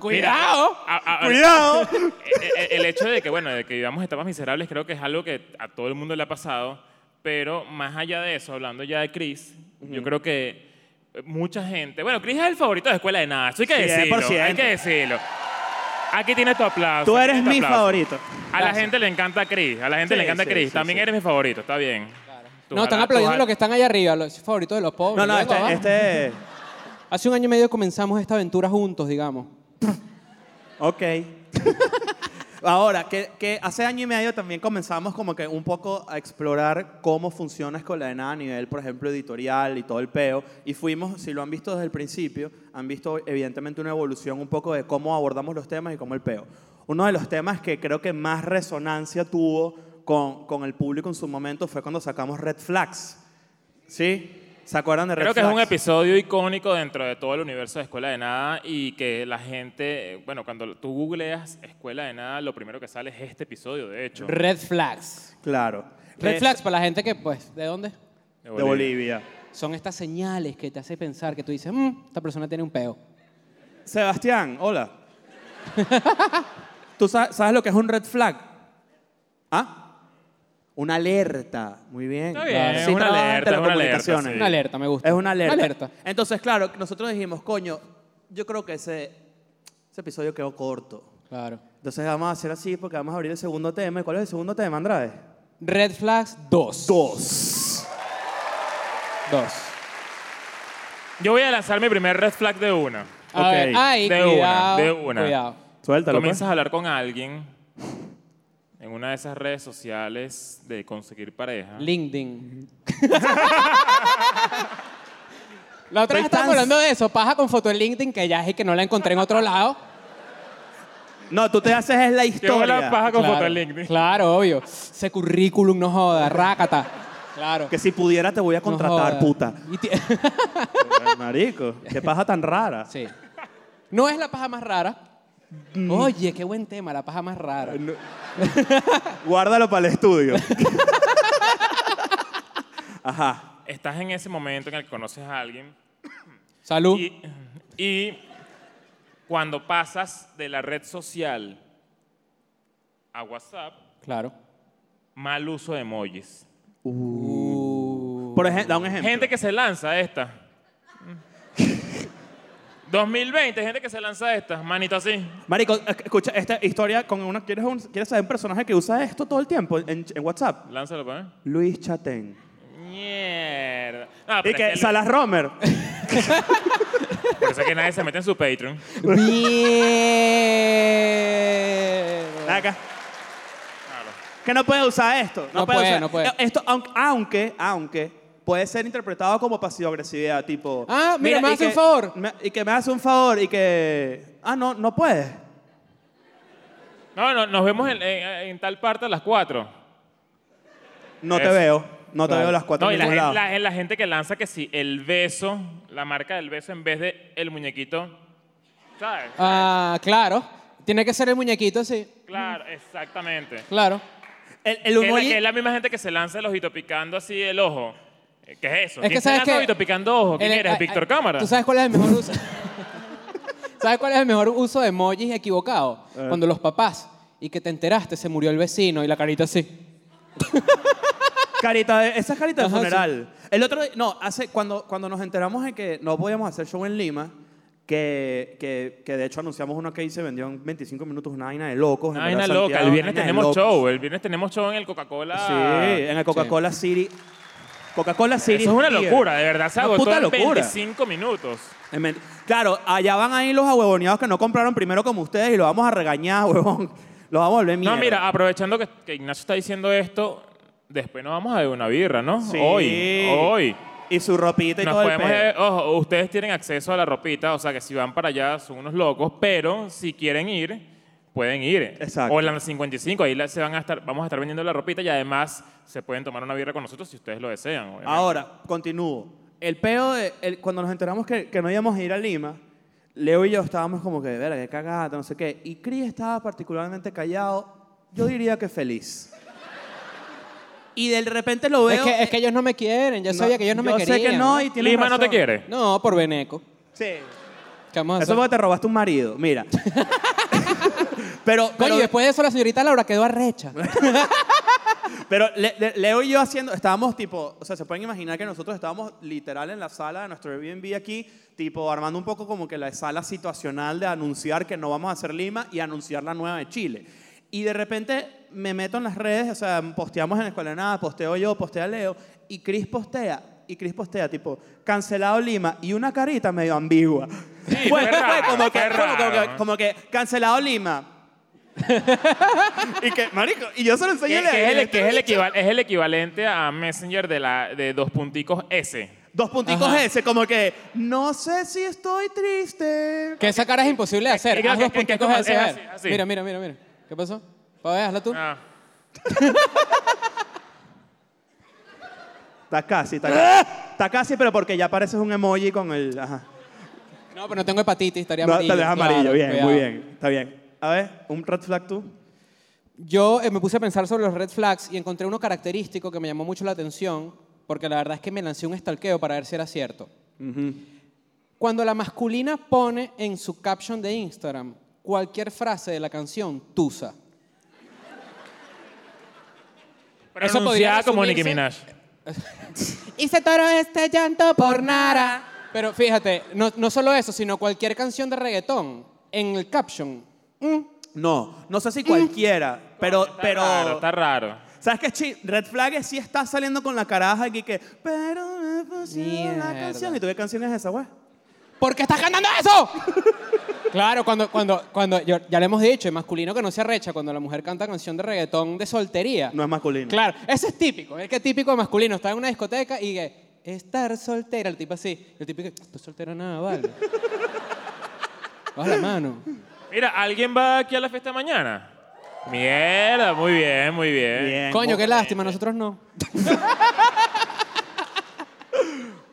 ¡Cuidado!
mira, a- a-
¡Cuidado!
Eh, eh, el hecho de que, bueno, de que vivamos etapas miserables creo que es algo que a todo el mundo le ha pasado, pero más allá de eso, hablando ya de Chris, yo creo que mucha gente, bueno, Chris es el favorito de Escuela de Nada, eso hay que decirlo,
100%.
hay que decirlo. Aquí tienes tu aplauso.
Tú
aquí
eres
tienes tu
mi
Este aplauso.
favorito.
A la
Gracias.
gente le encanta Chris, a la gente
Sí,
le encanta
sí,
Chris,
sí,
también
sí.
eres mi favorito, está bien. Tú
No, están
ojalá-
aplaudiendo
tú
lo que están allá arriba, los favoritos de los pobres.
No, no,
Venga,
este,
vamos.
este...
Hace un año y medio comenzamos esta aventura juntos, digamos.
Ok. Ahora, que, que hace año y medio también comenzamos como que un poco a explorar cómo funciona Escuela de Nada a nivel, por ejemplo, editorial y todo el peo. Y fuimos, si lo han visto desde el principio, han visto evidentemente una evolución un poco de cómo abordamos los temas y cómo el peo. Uno de los temas que creo que más resonancia tuvo con, con el público en su momento fue cuando sacamos Red Flags. ¿Sí? ¿Se acuerdan de Red
Creo que es
Flags?
un episodio icónico dentro de todo el universo de Escuela de Nada y que la gente, bueno, cuando tú googleas Escuela de Nada, lo primero que sale es este episodio, de hecho.
Red flags.
Claro.
Red
Eh,
flags para la gente que, pues, ¿de dónde?
De
De Bolivia.
Son estas señales que te hace pensar que tú dices, "Mm, esta persona tiene un peo.
Sebastián, hola. ¿Tú sa- sabes, lo que es un red flag? ¿Ah? Una alerta. Muy bien.
Está bien,
Claro.
es una
trabajas en
alerta, es una alerta,
telecomunicaciones.
sí.
Una alerta, me gusta.
Es una alerta.
alerta.
Entonces, claro, nosotros dijimos, coño, yo creo que ese, ese episodio quedó corto.
Claro.
Entonces vamos a hacer así porque vamos a abrir el segundo tema. ¿Y cuál es el segundo tema, Andrade?
Red flags 2.
Dos.
2.
Yo voy a lanzar mi primer red flag de una.
A
Ok.
ver, ay,
De una,
cuidado.
de una.
Cuidado.
Suéltalo. pues.
Comienzas a hablar con alguien en una de esas redes sociales de conseguir pareja.
LinkedIn. la otra vez
Estoy
estábamos
tan-
hablando de eso. Paja con foto en LinkedIn que ya es que no la encontré en otro lado.
No, tú te haces es la
Yo hago la
historia.
paja con foto en LinkedIn.
claro, obvio. Ese currículum no joda, rácata. Claro.
Que si pudiera te voy a
No
contratar,
joda.
puta.
Y ti-
Marico, qué paja tan rara.
sí. No es la paja más rara.
Mm.
Oye, qué buen tema, la paja más rara.
No. Guárdalo para el estudio. Ajá.
Estás en ese momento en el que conoces a alguien
Salud.
y, y cuando pasas de la red social a WhatsApp,
Claro.
mal uso de emojis.
Uh. Por ejemplo, da un ejemplo.
Gente que se lanza esta. 2020, gente que se lanza esta, manito así.
Marico, esc- escucha esta historia con una. ¿Quieres, un- quieres saber un personaje que usa esto todo el tiempo en, en WhatsApp?
Lánzalo para ver.
Luis Chatén.
Mierda. No, pero
Y Ah, que
es que,
Salas Romer.
por eso es que nadie se mete en su Patreon.
Bien.
Acá. Que no puede usar esto. No,
No
puede,
puede,
usar.
no puede.
Esto, aunque, aunque, aunque, puede ser interpretado como pasivo-agresividad, tipo.
Ah, mira, me
y
hace
que-
un favor.
me- y que me hace un favor y que. Ah, no, no puedes.
No, no, nos vemos en, en- en tal parte a las 4.
No te
Eso.
veo. No te
Claro.
veo a las cuatro
No,
en
y la,
ningún
gen-
lado.
la- la gente que lanza que sí, el beso, la marca del beso en vez de el muñequito. ¿Sabes?
Ah, claro. Tiene que ser el muñequito, sí.
Claro, exactamente.
Claro.
El, el
Que es, la,
emoji-
que es la misma gente que se lanza el ojito picando así el ojo. Eh, ¿Qué es eso?
Es
¿Quién
que
se
sabes
lanza
que-
ojito picando ojo? ¿Quién
El-
eres?
ay,
¿Víctor
ay,
Cámara?
¿Tú sabes cuál es el mejor uso? ¿Sabes cuál es el mejor uso de emojis equivocado? Cuando los papás y que te enteraste se murió el vecino y la carita así.
Carita de, esa es carita de
Ajá,
funeral. El otro día- no, hace, cuando, cuando nos enteramos de que no podíamos hacer show en Lima, que, que, que de hecho anunciamos uno que ahí se vendió en 25 minutos, una vaina de locos. en
Una vaina
verdad,
loca.
Santiago,
El
una
viernes
vaina de
tenemos
locos.
show. El viernes tenemos show en el Coca-Cola.
Sí, en el Coca-Cola City. Coca-Cola City.
Eso es una
Theater.
locura, de verdad. Se
Una
agotó
puta
en
locura.
25 minutos.
En men- Claro, allá van ahí los ahuevoneados que no compraron primero como ustedes y los vamos a regañar, huevón. Los vamos a volver mierda.
No, mira, aprovechando que, que Ignacio está diciendo esto, después nos vamos a beber una birra, ¿no?
Sí.
Hoy, hoy.
Y su ropita y
Nos
todo el
podemos,
pedo.
eh, ojo, ustedes tienen acceso a la ropita, o sea que si van para allá son unos locos, pero si quieren ir, pueden ir.
Exacto.
O en la 55, ahí la- se van a estar, vamos a estar vendiendo la ropita y además se pueden tomar una birra con nosotros si ustedes lo desean. obviamente.
Ahora, continúo. El peo de. el- cuando nos enteramos que, que no íbamos a ir a Lima, Leo y yo estábamos como que, verga, qué cagada, no sé qué. Y Chris estaba particularmente callado, yo diría que feliz. Y de repente lo
Es
veo.
que, es que ellos no me quieren. Yo
No,
sabía que ellos no me
yo
querían.
sé que no, y tienes
Lima no te
razón.
quiere.
No, por Beneco.
Sí.
¿Qué vamos a
Eso
hacer?
porque te robaste un marido, mira. pero,
Coño,
pero,
y después de eso la señorita Laura quedó arrecha.
pero Le- Le- Leo y yo haciendo, estábamos tipo, o sea, se pueden imaginar que nosotros estábamos literal en la sala de nuestro Airbnb aquí, tipo armando un poco como que la sala situacional de anunciar que no vamos a hacer Lima y anunciar la nueva de Chile. Y de repente me meto en las redes, o sea, posteamos en la escuela de nada, posteo yo, postea Leo, y Chris postea, y Chris postea, tipo, cancelado Lima, y una carita medio ambigua.
Sí,
Fue-
fue
fue
raro,
como que,
fue
fue como que-
raro.
como que cancelado Lima. y que, marico, y yo se lo
Que-
enseñé a
que es,
Leo,
el, que es el equival- es el equivalente a Messenger de, la, de dos punticos S.
Dos punticos
Ajá.
ese, como que, no sé si estoy triste.
que esa cara es imposible de hacer.
que-
Haz
que-
dos
que- que-
punticos
que-
de ese,
es
a ver.
así, así.
Mira, mira, mira, mira. ¿Qué pasó? Pa' ver, hazla tú.
Ah,
Está casi,
¿Eh?
está casi. Está casi, pero porque ya pareces un emoji con el. Ajá.
No, pero no tengo hepatitis, estaría
No, te
amarillo.
dejas
claro,
amarillo, bien,
cuidado.
muy bien. Está bien. A ver, un red flag tú.
Yo eh, me puse a pensar sobre los red flags y encontré uno característico que me llamó mucho la atención, porque la verdad es que me lancé un estalqueo para ver si era cierto. Cuando la masculina pone en su caption de Instagram cualquier frase de la canción Tusa.
pero
Eso podría
anunciada como Nicki Minaj.
resumirse- Y se toró este llanto por nada. Pero fíjate, no, no solo eso, sino cualquier canción de reggaetón en el caption. Mm,
No, no sé si cualquiera, pero.
Está
pero
raro, está raro.
¿Sabes qué? chi- Red flag es si estás saliendo con la caraja y que. Pero me pusieron la
Mierda.
canción. ¿Y tú qué canción es esa, güey?
¿Por qué estás cantando eso? claro, cuando, cuando, cuando yo- ya le hemos dicho, el masculino que no se arrecha cuando la mujer canta canción de reggaetón de soltería.
No es masculino.
Claro, eso es típico, es que es típico de masculino, está en una discoteca y que estar soltera, el tipo así, el tipo que estoy soltera nada, vale. Baja la mano.
Mira, ¿alguien va aquí a la fiesta mañana? Mierda, muy bien, muy bien.
Bien.
Coño, qué lástima, nosotros no.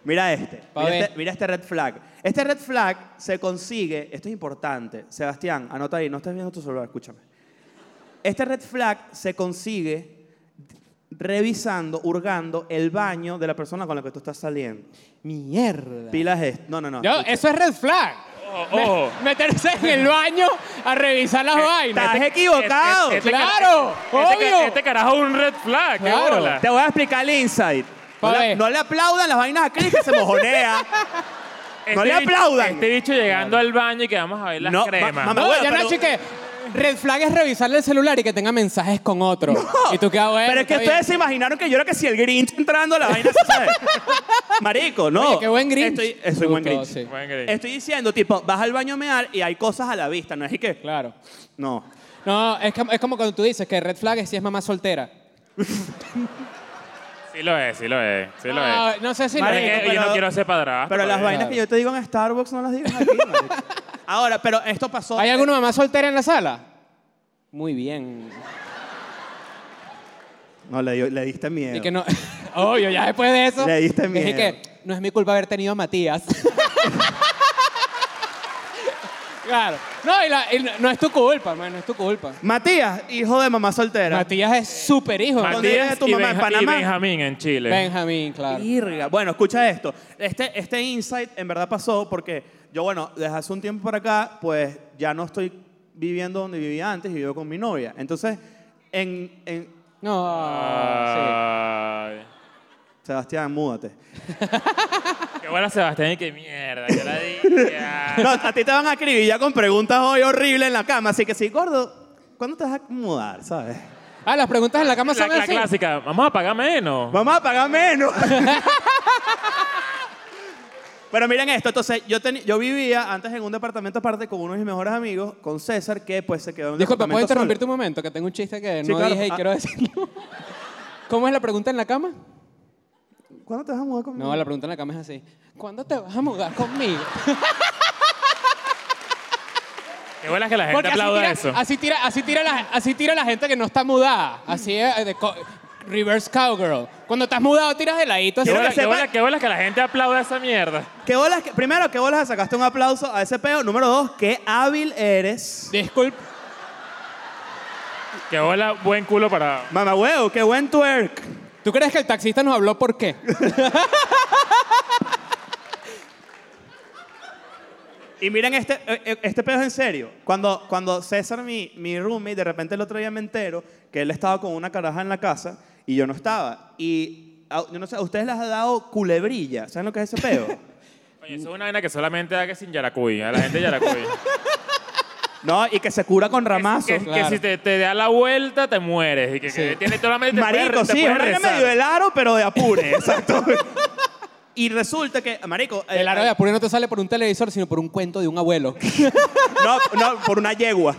Mira este.
Pa'
Mira
ver.
este, mira este red flag. Este red flag se consigue, esto es importante. Sebastián, anota ahí, no estás viendo tu celular, escúchame. Este red flag se consigue revisando, hurgando el baño de la persona con la que tú estás saliendo.
Mierda.
Pilas es. No, no, no.
Yo-
escucha. Oh,
eso es red flag.
Ojo, ojo.
Me- meterse en el baño a revisar las vainas.
estás equivocado.
Este- este-
¡Claro!
este- este-
¡Obvio!
Este carajo es un red flag, qué
Claro.
bola.
Te voy a explicar el insight. No
Pa'
le,
ver.
no le aplaudan las vainas a Chris que se mojonea. No le
bicho-
aplaudan.
Este bicho llegando al baño y que vamos a ver las
No, ma-
cremas.
mamá-
No,
Bueno,
ya
pero-
no, chique. Red flag es revisarle el celular y que tenga mensajes con otro. Y tú qué hago,
Pero es que ustedes se imaginaron que yo era que si el Grinch entrando la vaina se sabe. Marico, no.
Oye, qué buen Grinch.
Estoy, eh, soy
Me
buen
gustó,
Grinch.
sí.
Buen Grinch.
Estoy diciendo, tipo, vas al baño a mear y hay cosas a la vista, ¿no es y que?
Claro.
No.
No, es, que- es como cuando tú dices que red flag es si es mamá soltera.
Sí lo es, sí lo es, sí lo es.
Ah, no sé si lo
Pero
Marico,
es que
es.
yo
pero-
no quiero ser padrastro.
Pero las
¿vale?
vainas que yo te digo en Starbucks no las digas aquí, marico. Ahora, pero esto pasó.
¿Hay alguna mamá soltera en la sala? Muy bien.
No, le, dio- le diste miedo.
Y que no. Obvio, ya después de eso.
Le diste
es de
miedo.
que no es mi culpa haber tenido a Matías. claro. No, y, la- y no- no es tu culpa, hermano, no es tu culpa.
Matías, hijo de mamá soltera.
Matías es súper hijo.
Cuando llegue
Matías
tu
y,
mamá en
Benja- y
Panamá.
Benjamín en Chile.
Benjamín, claro.
Virga. Bueno, escucha esto. Este, este insight en verdad pasó porque yo, bueno, desde hace un tiempo para acá, pues ya no estoy viviendo donde vivía antes y vivo con mi novia. Entonces, en, en-
No,
Ah. Ay.
Sebastián, múdate.
Qué buena Sebastián y qué mierda, yo la dije.
No, a ti te van a escribir ya con preguntas hoy horribles en la cama. Así que sí, gordo, ¿cuándo te vas a mudar, sabes?
sí. Ah, las preguntas en la cama
La,
son
la
así.
clásica, vamos a pagar menos.
Vamos a pagar menos. Pero miren esto, entonces yo, teni- yo vivía antes en un departamento aparte con uno de mis mejores amigos, con César, que pues se quedó en un
Disculpa, ¿puedo
departamento solo.
interrumpirte un momento? Que tengo un chiste que
Sí,
no
claro.
dije y
Ah.
quiero decirlo. ¿Cómo es la pregunta en la cama?
¿Cuándo te vas a mudar conmigo?
No, la pregunta en la cama es así. ¿Cuándo te vas a mudar conmigo?
Qué buena que la gente
Porque así
aplauda
tira,
eso.
así tira, así tira la, así tira la gente que no está mudada. Así eh, de co- reverse cowgirl. Cuando estás mudado tiras de ladito. así
Qué
Quiero
buena,
que
qué
sepa-
buena- qué buena que la gente aplauda esa mierda.
¿Qué bolas que- primero, ¿qué bolas sacaste un aplauso a ese peo? Número dos, qué hábil eres.
Disculpa.
Qué bola, buen culo para.
Mamá huevo, qué buen twerk.
¿Tú crees que el taxista nos habló por qué?
Y miren, este, eh, eh, este peo es en serio. Cuando, cuando César, mi, mi roomie, de repente el otro día me entero que él estaba con una caraja en la casa y yo no estaba. Y a- yo no sé, ¿a ustedes les ha dado culebrilla? ¿Saben lo que es ese peo?
Oye, eso es una vaina que solamente da que sin Yaracuy, a la gente de Yaracuy.
no, y que se cura con ramazos.
Que, que
Claro.
si te, te da la vuelta, te mueres. Y que, que
Sí.
tiene solamente te puedes-
Marico,
te
sí,
puedes
es una vaina
rezar.
medio el aro, pero de apure, exacto. y resulta que, marico... eh,
El aro de Apure no te sale por un televisor, sino por un cuento de un abuelo.
No, no, por una yegua.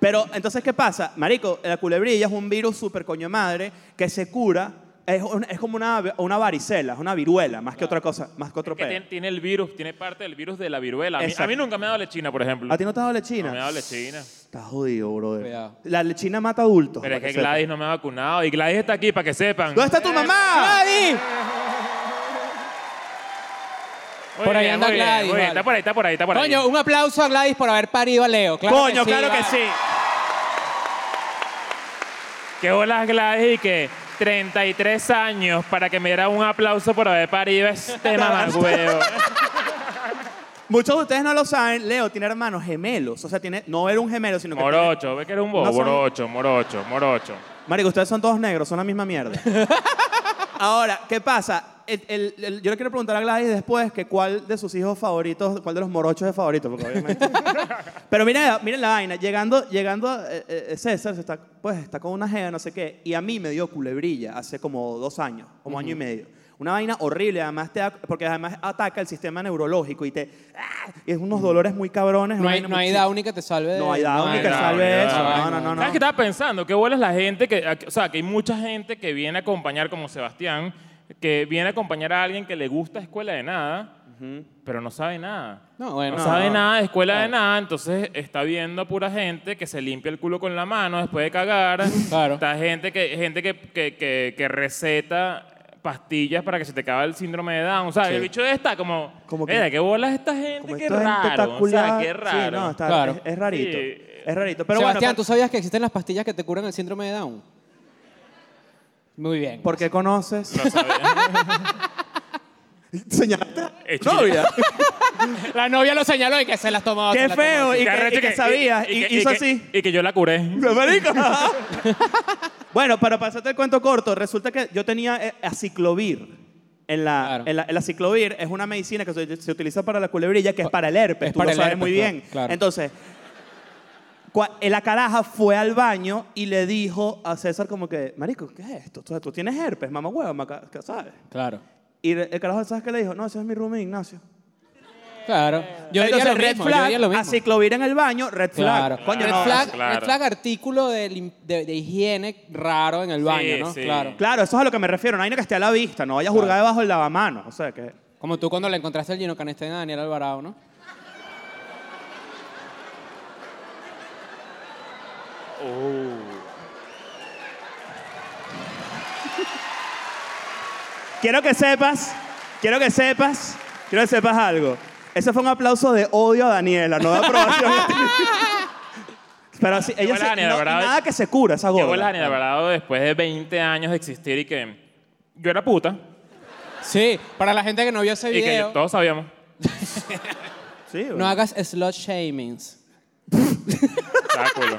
Pero entonces, ¿qué pasa? Marico, la culebrilla es un virus súper coño madre que se cura. Es, un- es como una, una varicela, es una viruela, más que otra cosa, más que otro
Que
peo.
tiene, tiene el virus, tiene parte del virus de la viruela. A mí- A
Exacto.
mí, nunca me ha dado lechina, por ejemplo.
¿A ti no te ha dado
No
lechina?
me ha dado lechina.
Estás jodido, brother.
Cuidado.
La lechina mata adultos.
Pero es
para
que
sepas.
Gladys no me ha vacunado. Y Gladys está aquí, para que sepan.
¿Dónde está tu mamá?
¡Gladys!
Muy
Por ahí
bien,
anda
muy bien,
Gladys,
muy bien.
vale.
Está por ahí, está por ahí, está por ahí.
Coño, uh. un aplauso a Gladys por haber parido a Leo. Claro
Coño, claro que
vale.
sí.
Qué bolas Gladys y que 33 años para que me diera un aplauso por haber parido este mamagüeo.
Muchos de ustedes no lo saben, Leo tiene hermanos gemelos. O sea, tiene, no era un gemelo, sino que. tiene-
Morocho, ve que era un bobo.
No son-
Morocho, morocho, morocho.
Marico, ustedes son todos negros, son la misma mierda. Ahora, ¿qué pasa? El- el- el- yo le quiero preguntar a Gladys después que cuál de sus hijos favoritos, cuál de los morochos es favorito, porque obviamente. Pero miren, miren la vaina, llegando, llegando eh, eh, César se está, pues, está con una jeva, no sé qué, y a mí me dio culebrilla hace como dos años, como año y medio. Una vaina horrible, además te da- porque además ataca el sistema neurológico y te. ¡ah! Y es unos dolores muy cabrones.
No
una
hay,
vaina
no
muy
hay
chi-
Downey que te salve. de-
No hay Downey que
Downey,
salve eso.
Downey.
No, no, no. no.
¿Sabes qué estaba pensando? ¿Qué bola es la gente que, a- o sea, que hay mucha gente que viene a acompañar, como Sebastián, que viene a acompañar a alguien que le gusta escuela de nada, pero no sabe nada.
No, bueno.
No,
no.
sabe nada de escuela de nada, entonces está viendo a pura gente que se limpia el culo con la mano después de cagar.
Claro.
Está gente que, gente que, que, que- que receta pastillas para que se te acabe el síndrome de Down. O sea,
Sí.
el bicho está como,
Como que-
mira, qué bolas esta gente,
Como
qué
esta gente está
raro. O sea,
culada-
qué raro.
Sí, no, está-
Claro.
es, es rarito.
Sí.
Es rarito. Pero
Sebastián,
bueno,
¿tú sabías que existen las pastillas que te curan el síndrome de Down? Muy bien.
¿por qué conoces?
No sabía.
¿Señalaste?
Hecho.
Novia.
La novia lo señaló y que se las tomaba.
Qué
se las tomaba,
feo.
sí.
Y
Qué
que-
arrecho
y que sabías, y hizo
que-
así.
Y que yo la curé.
bueno, para pasarte el cuento corto, resulta que yo tenía eh, aciclovir. En la,
Claro.
en la- el aciclovir es una medicina que se, se utiliza para la culebrilla, que es
Pa-
para el herpes.
es
tú
para
lo
el
sabes
herpes,
muy
claro,
bien.
claro.
Entonces, cua- eh, la caraja fue al baño y le dijo a César como que, marico, ¿qué es esto? Tú, tú tienes herpes, mamá hueva, maca- ¿qué ¿sabes?
Claro.
Y el el carajo, ¿sabes qué le dijo? No, ese es mi roomie, Ignacio.
Claro. Yo diría,
Entonces,
lo
red
mismo,
flag,
yo diría lo mismo.
aciclovir en el baño, red flag.
Claro.
Coño,
red,
no,
flag,
claro.
red flag artículo de, lim- de- de higiene raro en el baño, ¿no?
sí.
Claro.
Claro, eso es a lo que me refiero. Una vaina que esté a la vista, no vayas a
Claro.
hurgar debajo del lavamanos. O sea que.
Como tú cuando le encontraste al Gino Canestén a Daniel Alvarado, ¿no?
Quiero que sepas, quiero que sepas, quiero que sepas algo. Ese fue un aplauso de odio a Daniela, no de aprobación. Pero sí, ella
bola,
sí-
Daniela,
no-
¿verdad?
nada que se cura esa
Llegó la
gorda.
Daniela Alvarado después de 20 años de existir y que yo era puta
Sí, para la gente que no vio ese
y que
video,
todos sabíamos.
Sí, güey.
no hagas slot shamings.
Estaba culo.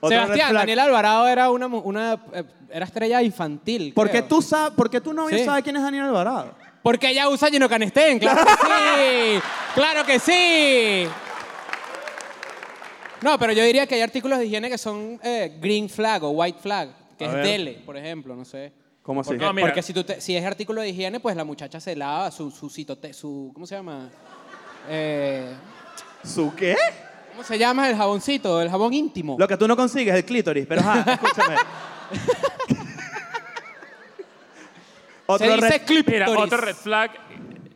Otro red
Sebastián,
flag.
Daniel Alvarado era una, mu- una eh, era estrella infantil.
¿Por qué
creo.
tú sabes, por qué tu novio
Sí.
sabe quién es Daniel Alvarado?
Porque ella usa Gino Canestén, claro que sí. claro que sí. No, pero yo diría que hay artículos de higiene que son eh, green flag o white flag, que
A
es
ver.
dele, por ejemplo, no sé.
¿Cómo así?
Porque,
No, mira.
porque si, tú te- si es artículo de higiene, pues la muchacha se lava su, su citote- su, ¿cómo se llama? Eh,
¿Su qué?
¿Cómo se llama el jaboncito? El jabón íntimo.
Lo que tú no consigues es el clítoris, pero ajá, escúchame.
se
Otro
dice
red-
Mira,
clítoris.
otro red flag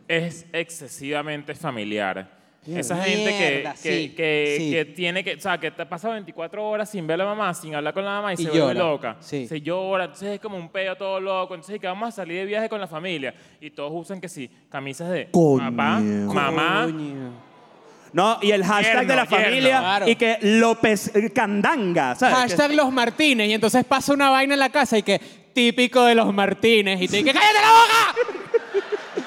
es excesivamente familiar. Esa gente que,
Mierda,
que,
sí,
que-
sí.
que tiene que, o sea, que te pasa 24 horas sin ver a la mamá, sin hablar con la mamá y,
Y
se vuelve
llora,
loca.
sí.
Se llora, entonces es como un peo todo loco. Entonces, que vamos a salir de viaje con la familia. Y todos usan que sí, camisas de
Coño.
papá, mamá.
Coño.
No, y el hashtag
Yerno,
de la
yerno.
familia
Claro.
y que López eh, Candanga, ¿sabes?
Hashtag los Martínez. Y entonces pasa una vaina en la casa y que típico de los Martínez. Y te dice, ¡cállate la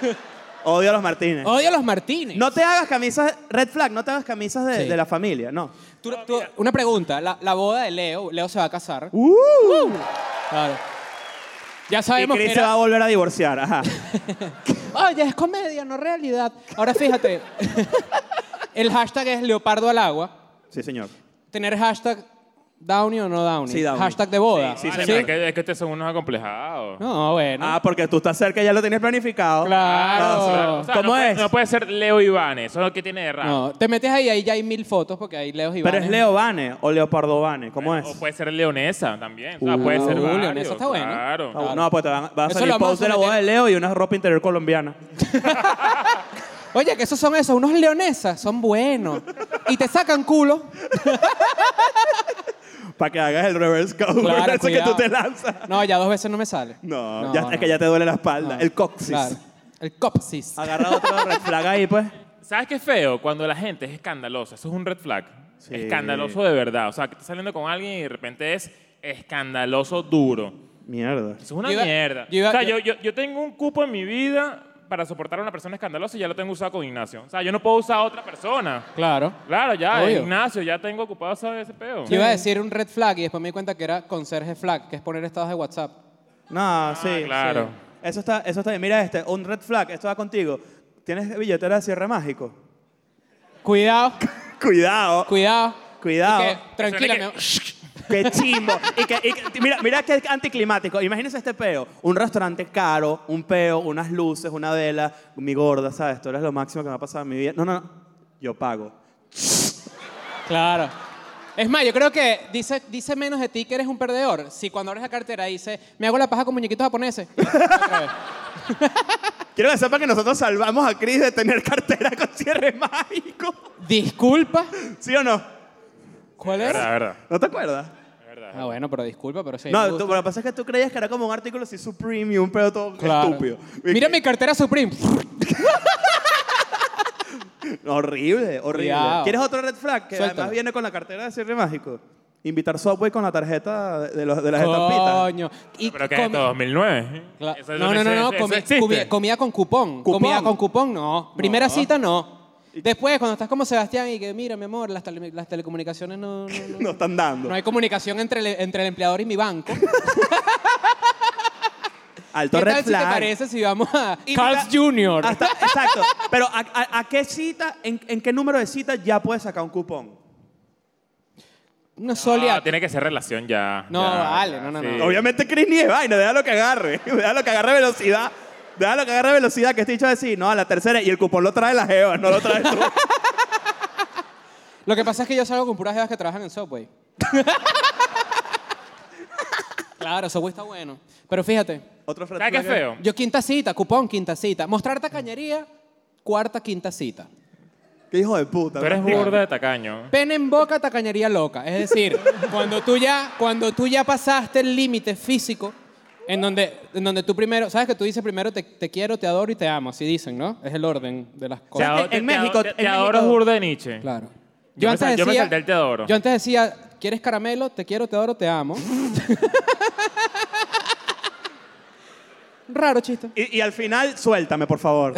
Que odio a los Martínez.
boca! Odio a los Martínez.
No te hagas camisas, red flag, no te hagas camisas de,
Sí.
de la familia, no.
Tú- tú- una pregunta. La, la boda de Leo. Leo se va a casar.
Uh.
Claro. Ya
Y
sabemos que
Chris se va a
era...
volver a divorciar, ajá.
Oye, es comedia, no realidad. Ahora fíjate. El hashtag es Leopardo al agua.
Sí, señor.
Tener hashtag Downy o no Downy.
Sí, Downy.
Hashtag de boda. ¿Ah,
Sí,
Vale,
señor.
pero es que, es que ustedes son unos acomplejados.
No, bueno.
Ah, porque tú estás cerca, ya lo tenías planificado. Ah,
Claro.
claro. O sea,
¿Cómo
no puede-
es?
no puede ser Leo Iván, eso es lo que tiene de raro.
No, te metes ahí, ahí ya hay mil fotos porque ahí Leo y
Pero es Leo Vane o Leopardo Vane, ¿cómo es?
¿eh? O puede ser leonesa también. O sea,
Uh,
puede ser.
uh,
varios,
leonesa está bueno.
Claro.
Ah, No, pues te van, van a
Eso
salir
lo vamos
post de
a
la boda de
meter.
Leo y una ropa interior colombiana.
Oye, que esos son esos, unos leonesas, son buenos. Y te sacan culo.
Para que hagas el reverse cowboy
Claro,
ese que tú
cuidado.
te lanzas.
No, ya dos veces no me sale.
No, ya- es que ya te duele la espalda,
no.
el Ah. coxis.
Claro, El copsis.
Agarra otro red flag ahí, pues.
¿Sabes qué es feo? Cuando la gente es escandalosa. Eso es un red flag.
Sí.
Escandaloso de verdad. O sea, que estás saliendo con alguien y de repente es escandaloso duro.
Mierda.
Eso es una
Yo iba-
mierda.
yo iba-
o sea, yo,
yo-
yo- yo tengo un cupo en mi vida para soportar a una persona escandalosa y ya lo tengo usado con Ignacio. O sea, yo no puedo usar a otra persona.
Claro.
Claro, ya,
Obvio.
Ignacio, ya tengo ocupado ese ese peo.
Yo iba a decir un red flag y después me di cuenta que era conserje flag, que es poner estados de WhatsApp.
No, sí.
claro.
sí. Eso está, eso está bien. Mira este, un red flag, esto va contigo. ¿Tienes billetera de cierre mágico?
Cuidado,
Cuidado,
cuidado.
Cuidado.
Y que, tranquila,
Suena que-
mi-
qué chimbo. y que, y que- mira, mira qué anticlimático. Imagínense este peo. Un restaurante caro, un peo, unas luces, una vela, mi gorda, ¿sabes? Esto es lo máximo que me ha pasado en mi vida. No, no, no. Yo pago.
Claro. Es más, yo creo que dice, dice menos de ti que eres un perdedor. Si cuando abres la cartera dice, me hago la paja con muñequitos japoneses. Otra vez.
Quiero que sepan que nosotros salvamos a Chris de tener cartera con cierre mágico.
Disculpa.
¿Sí o no?
¿Cuál
Es
era?
verdad, es verdad.
¿No te acuerdas?
es verdad. verdad.
Ah, bueno, pero disculpa, pero sí. me
No,
gusta.
tú- lo que pasa es que tú creías que era como un artículo así Supreme y un pedo todo
Claro.
estúpido.
Mira mi cartera Supreme.
Horrible, horrible.
Cuidado.
¿Quieres otro red flag? Que
Suéltalo.
además viene con la cartera de cierre mágico. Invitar Subway con la tarjeta de, los- de las estampitas.
Coño. Y
Pero que
comi-
es de 2009.
Cla-
Eso es
No,
lo
no,
que
no,
se-
no,
eso
comi-
existe.
comi- comida con cupón.
Cupón.
Comida con cupón, no. Primera
No.
cita, no. Después, cuando estás como Sebastián y que, mira, mi amor, las, tele- las telecomunicaciones no, no, no-
No están dando.
no hay comunicación entre el, entre el empleador y mi banco.
Alto
¿Qué
red
tal si te
flag.
parece si vamos a
Invita-
Carl's Jr.?
Hasta- exacto. Pero ¿a, a- a qué cita, en, en qué número de citas ya puedes sacar un cupón?
Una
No,
soleada.
tiene que ser relación ya.
No,
ya,
vale,
ya,
no, no,
sí.
no.
Obviamente Chris ni es vaina, déjalo que agarre, déjalo que agarre velocidad. Déjalo que agarre velocidad, que este dicho decir, no, a la tercera, y el cupón lo trae la jeva, no lo traes tú.
Lo que pasa es que yo salgo con puras jevas que trabajan en Subway. claro, Subway está bueno. Pero fíjate,
Otro red
¿Sabes qué
flag es-
feo?
yo quinta cita, cupón, quinta cita. Mostrar tacañería, cuarta, quinta cita.
Qué hijo de puta.
Tú eres
marico.
burda de tacaño.
Pena en boca, tacañería loca. Es decir, cuando tú ya, cuando tú ya pasaste el límite físico, en donde, en donde tú primero, ¿sabes que tú dices primero te, te quiero, te adoro y te amo? Así dicen, ¿no? Es el orden de las
Te
cosas.
ado-
en
te- te
México-
ado- Te,
en
te adoro
México-
burda de Nietzsche.
Claro.
Yo me sal- yo me salté el te adoro.
Yo antes decía, ¿quieres caramelo? Te quiero, te adoro, te amo. Raro chiste.
Y, y al final, suéltame, por favor.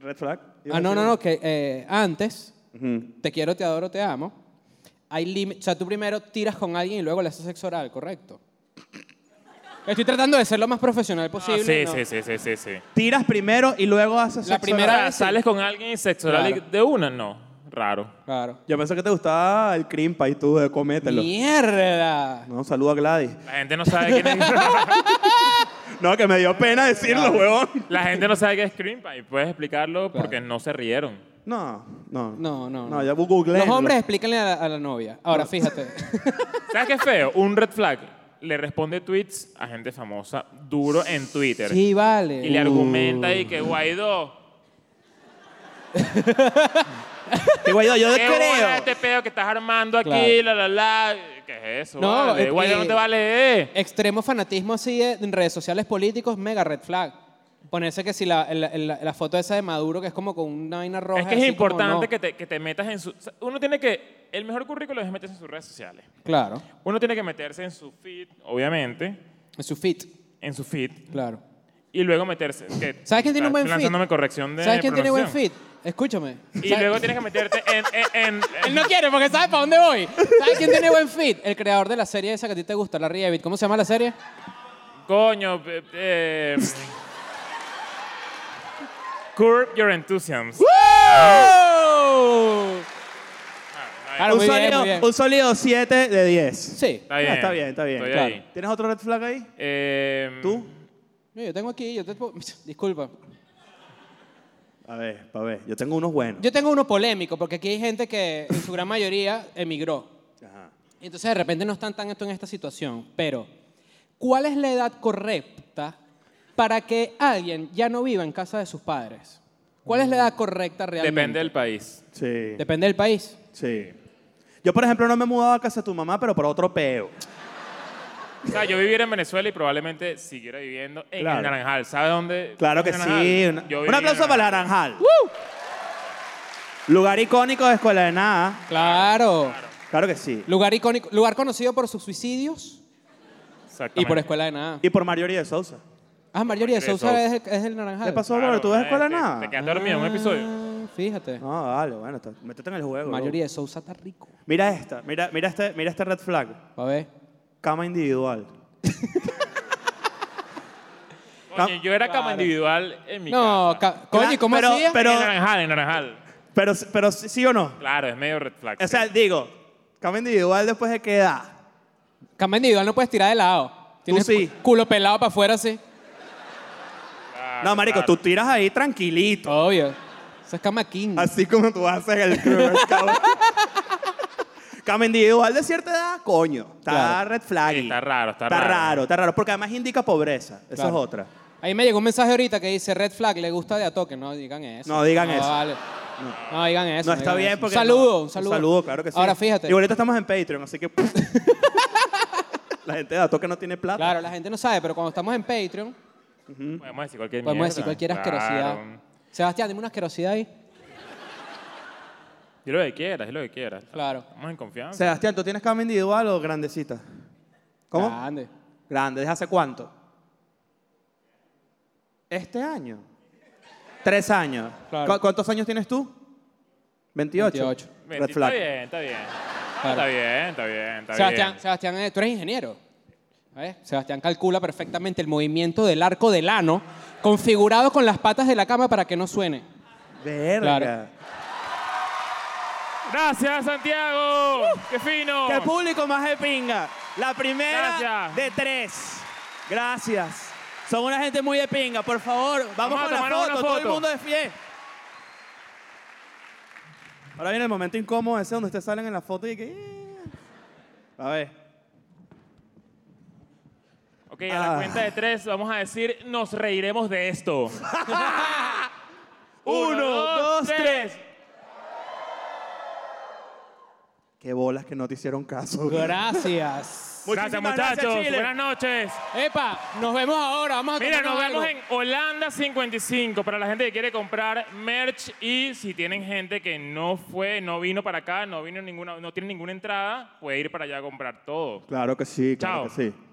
red flag.
Ah, no, no, no, que eh, antes,
Ujú.
te quiero, te adoro, te amo. Hay límites. O sea, tú primero tiras con alguien y luego le haces sexo oral, ¿correcto? Estoy tratando de ser lo más profesional
Ah,
posible.
sí,
¿no?
sí, sí, sí, sí, sí.
Tiras primero y luego haces
La
sexo
primera
oral.
Ah,
vez- sí.
sales con alguien y sexo oral y
Claro.
de una, no. Raro.
Claro.
Yo pensé que te gustaba el crimpa y tú de comételo.
¡Mierda!
No, saludo a Gladys.
La gente no sabe quién es.
No, que me dio pena decirlo, huevón.
La gente no sabe qué es cream pie. Puedes explicarlo
Claro.
porque no se rieron.
No, no.
No, no.
No, ya googleé.
Los hombres explíquenle a la, a la novia. Ahora, fíjate.
¿Sabes qué es feo? Un red flag le responde tweets a gente famosa duro en Twitter.
sí, vale. Uh.
Y le argumenta ahí que Guaidó,
Que Guaidó, yo
qué bola
creo.
este pedo que estás armando aquí,
Claro.
la la la. ¿Qué es eso?
No,
vale?
eh,
Guaidó no te va a leer.
Extremo fanatismo así de- en redes sociales políticos, mega red flag. Ponerse que si la, el- el- la foto esa de Maduro, que es como con una vaina roja.
Es que es
así como
importante
no.
que, te, que te metas en su. o sea, Uno tiene que. El mejor currículo es meterse en sus redes sociales.
Claro,
Uno tiene que meterse en su feed, obviamente,
en su fit,
en su feed,
claro.
y luego meterse. que-
¿Sabes quién tiene un buen feed?
Lanzándome corrección de
¿Sabes quién tiene buen
pronunciación.
fit? Escúchame.
Y
¿Sabes-
luego tienes que meterte en. en, en-
Él no quiere porque sabe para dónde voy. ¿Sabes quién tiene buen fit? El creador de la serie esa que a ti te gusta, la Rievit. ¿Cómo se llama la serie?
Coño. eh, eh, curb your enthusiasm.
Claro, muy
un,
bien,
sólido,
muy bien.
un sólido 7 de 10.
Sí.
Está bien.
Ah, está bien, está bien.
Estoy
Claro.
ahí.
¿Tienes otro red flag ahí?
Eh,
¿Tú?
No, Yo tengo aquí, yo te puedo- Disculpa.
A ver, pa' ver. Yo tengo unos buenos.
Yo tengo uno polémico, porque aquí hay gente que en su gran mayoría emigró.
Ajá.
Y Entonces de repente no están tanto en esta situación, pero ¿cuál es la edad correcta para que alguien ya no viva en casa de sus padres? ¿Cuál es la edad correcta realmente?
Depende del país.
Sí.
Depende del país.
Sí. Yo, por ejemplo, no me he mudado a casa de tu mamá, pero por otro peo.
O sea, yo viviera en Venezuela y probablemente siguiera viviendo en
Claro.
el Naranjal. ¿Sabes dónde?
Claro que
es el Naranjal?
sí.
Yo
Una-
viví en
un aplauso para el Naranjal. Lugar icónico de Escuela de Nada.
Claro.
Claro que sí.
Lugar icónico, lugar conocido por sus suicidios
Exactamente.
y por escuela de nada.
Y por Marjorie de Sousa.
Ah, Marjorie
Marjorie
de
de
Sousa es, el- es el naranjal.
¿Qué pasó,
Claro,
bro? ¿Tú ves
eh,
Escuela de
te-
Nada?
Te quedaste dormido en un episodio.
Ah, fíjate.
No, dale, bueno, está- métete en el juego. bro.
Marjorie de Sousa está rico.
Mira esta, mira, mira, este, mira este red flag.
A ver.
Cama individual. Ah.
Coño, yo era cama
Claro.
individual en mi
No,
casa.
ca- coño, ¿y ¿cómo
Pero-
hacía?
pero-
En Naranjal, en Naranjal.
Pero, pero sí sí o no.
Claro, es medio red flag.
O sea, digo, cama individual después de qué edad.
Cama individual no puedes tirar de lado. Tienes
sí.
cu- culo pelado para afuera así.
Claro,
no, marico,
claro.
tú tiras ahí tranquilito.
Obvio. Esa es cama king.
Así como tú haces el crew, cabrón. Cama individual de cierta edad, coño. Está
Claro.
red flag.
Sí, está raro, está
Está
raro.
raro, está raro. Porque además indica pobreza. Esa
Claro.
es otra.
Ahí me llegó un mensaje ahorita que dice red flag, le gusta de a toque. No digan eso.
No digan eso.
Vale. No digan eso.
No
digan
está bien
eso.
porque.
Un saludo,
no.
un saludo.
claro que sí.
Ahora fíjate.
Y ahorita estamos en Patreon, así que. la gente de Dato que no tiene plata.
Claro, la gente no sabe, pero cuando estamos en Patreon,
Podemos decir cualquier
podemos
mierda,
decir cualquier asquerosidad.
claro.
Sebastián, dime una asquerosidad ahí.
Dí lo que quieras, di lo que quieras.
Claro.
Estamos en confianza.
Sebastián, ¿tú tienes cama individual o grandecita? ¿Cómo?
Grande.
Grande. ¿Desde hace cuánto? Este año. Tres años.
Claro.
¿Cu- ¿Cuántos años tienes tú? 28.
28.
Ven,
Red flag.
Está bien, está bien.
Claro.
Está bien, está bien, está
Sebastián,
bien.
Sebastián, eh, tú eres ingeniero. ¿Ves? Sebastián calcula perfectamente el movimiento del arco del ano configurado con las patas de la cama para que no suene.
Verga.
Claro.
Gracias, Santiago.
Uh,
Qué fino.
Que el público más de pinga. La primera
Gracias.
de tres. Gracias. Son una gente muy de pinga. Por favor, vamos,
Vamos a
con la
tomarnos
foto.
una
Todo el
foto.
mundo de pie. Ahora viene el momento incómodo ese donde ustedes salen en la foto y que... "Eh". A ver.
Ok, a la
Ah.
cuenta de tres vamos a decir, nos reiremos de esto.
Uno, dos, tres. Qué bolas que no te hicieron caso.
Gracias.
Gracias,
Muchísimas gracias,
muchachos.
Chile.
Buenas noches.
Epa, nos vemos ahora. Vamos a
Mira,
tomarnos
nos vemos
algo.
en Holanda 55 para la gente que quiere comprar merch y si tienen gente que no fue, no vino para acá, no vino ninguna, no tiene ninguna entrada, puede ir para allá a comprar todo.
Claro que sí,
claro
claro
Chao.
que
que
sí.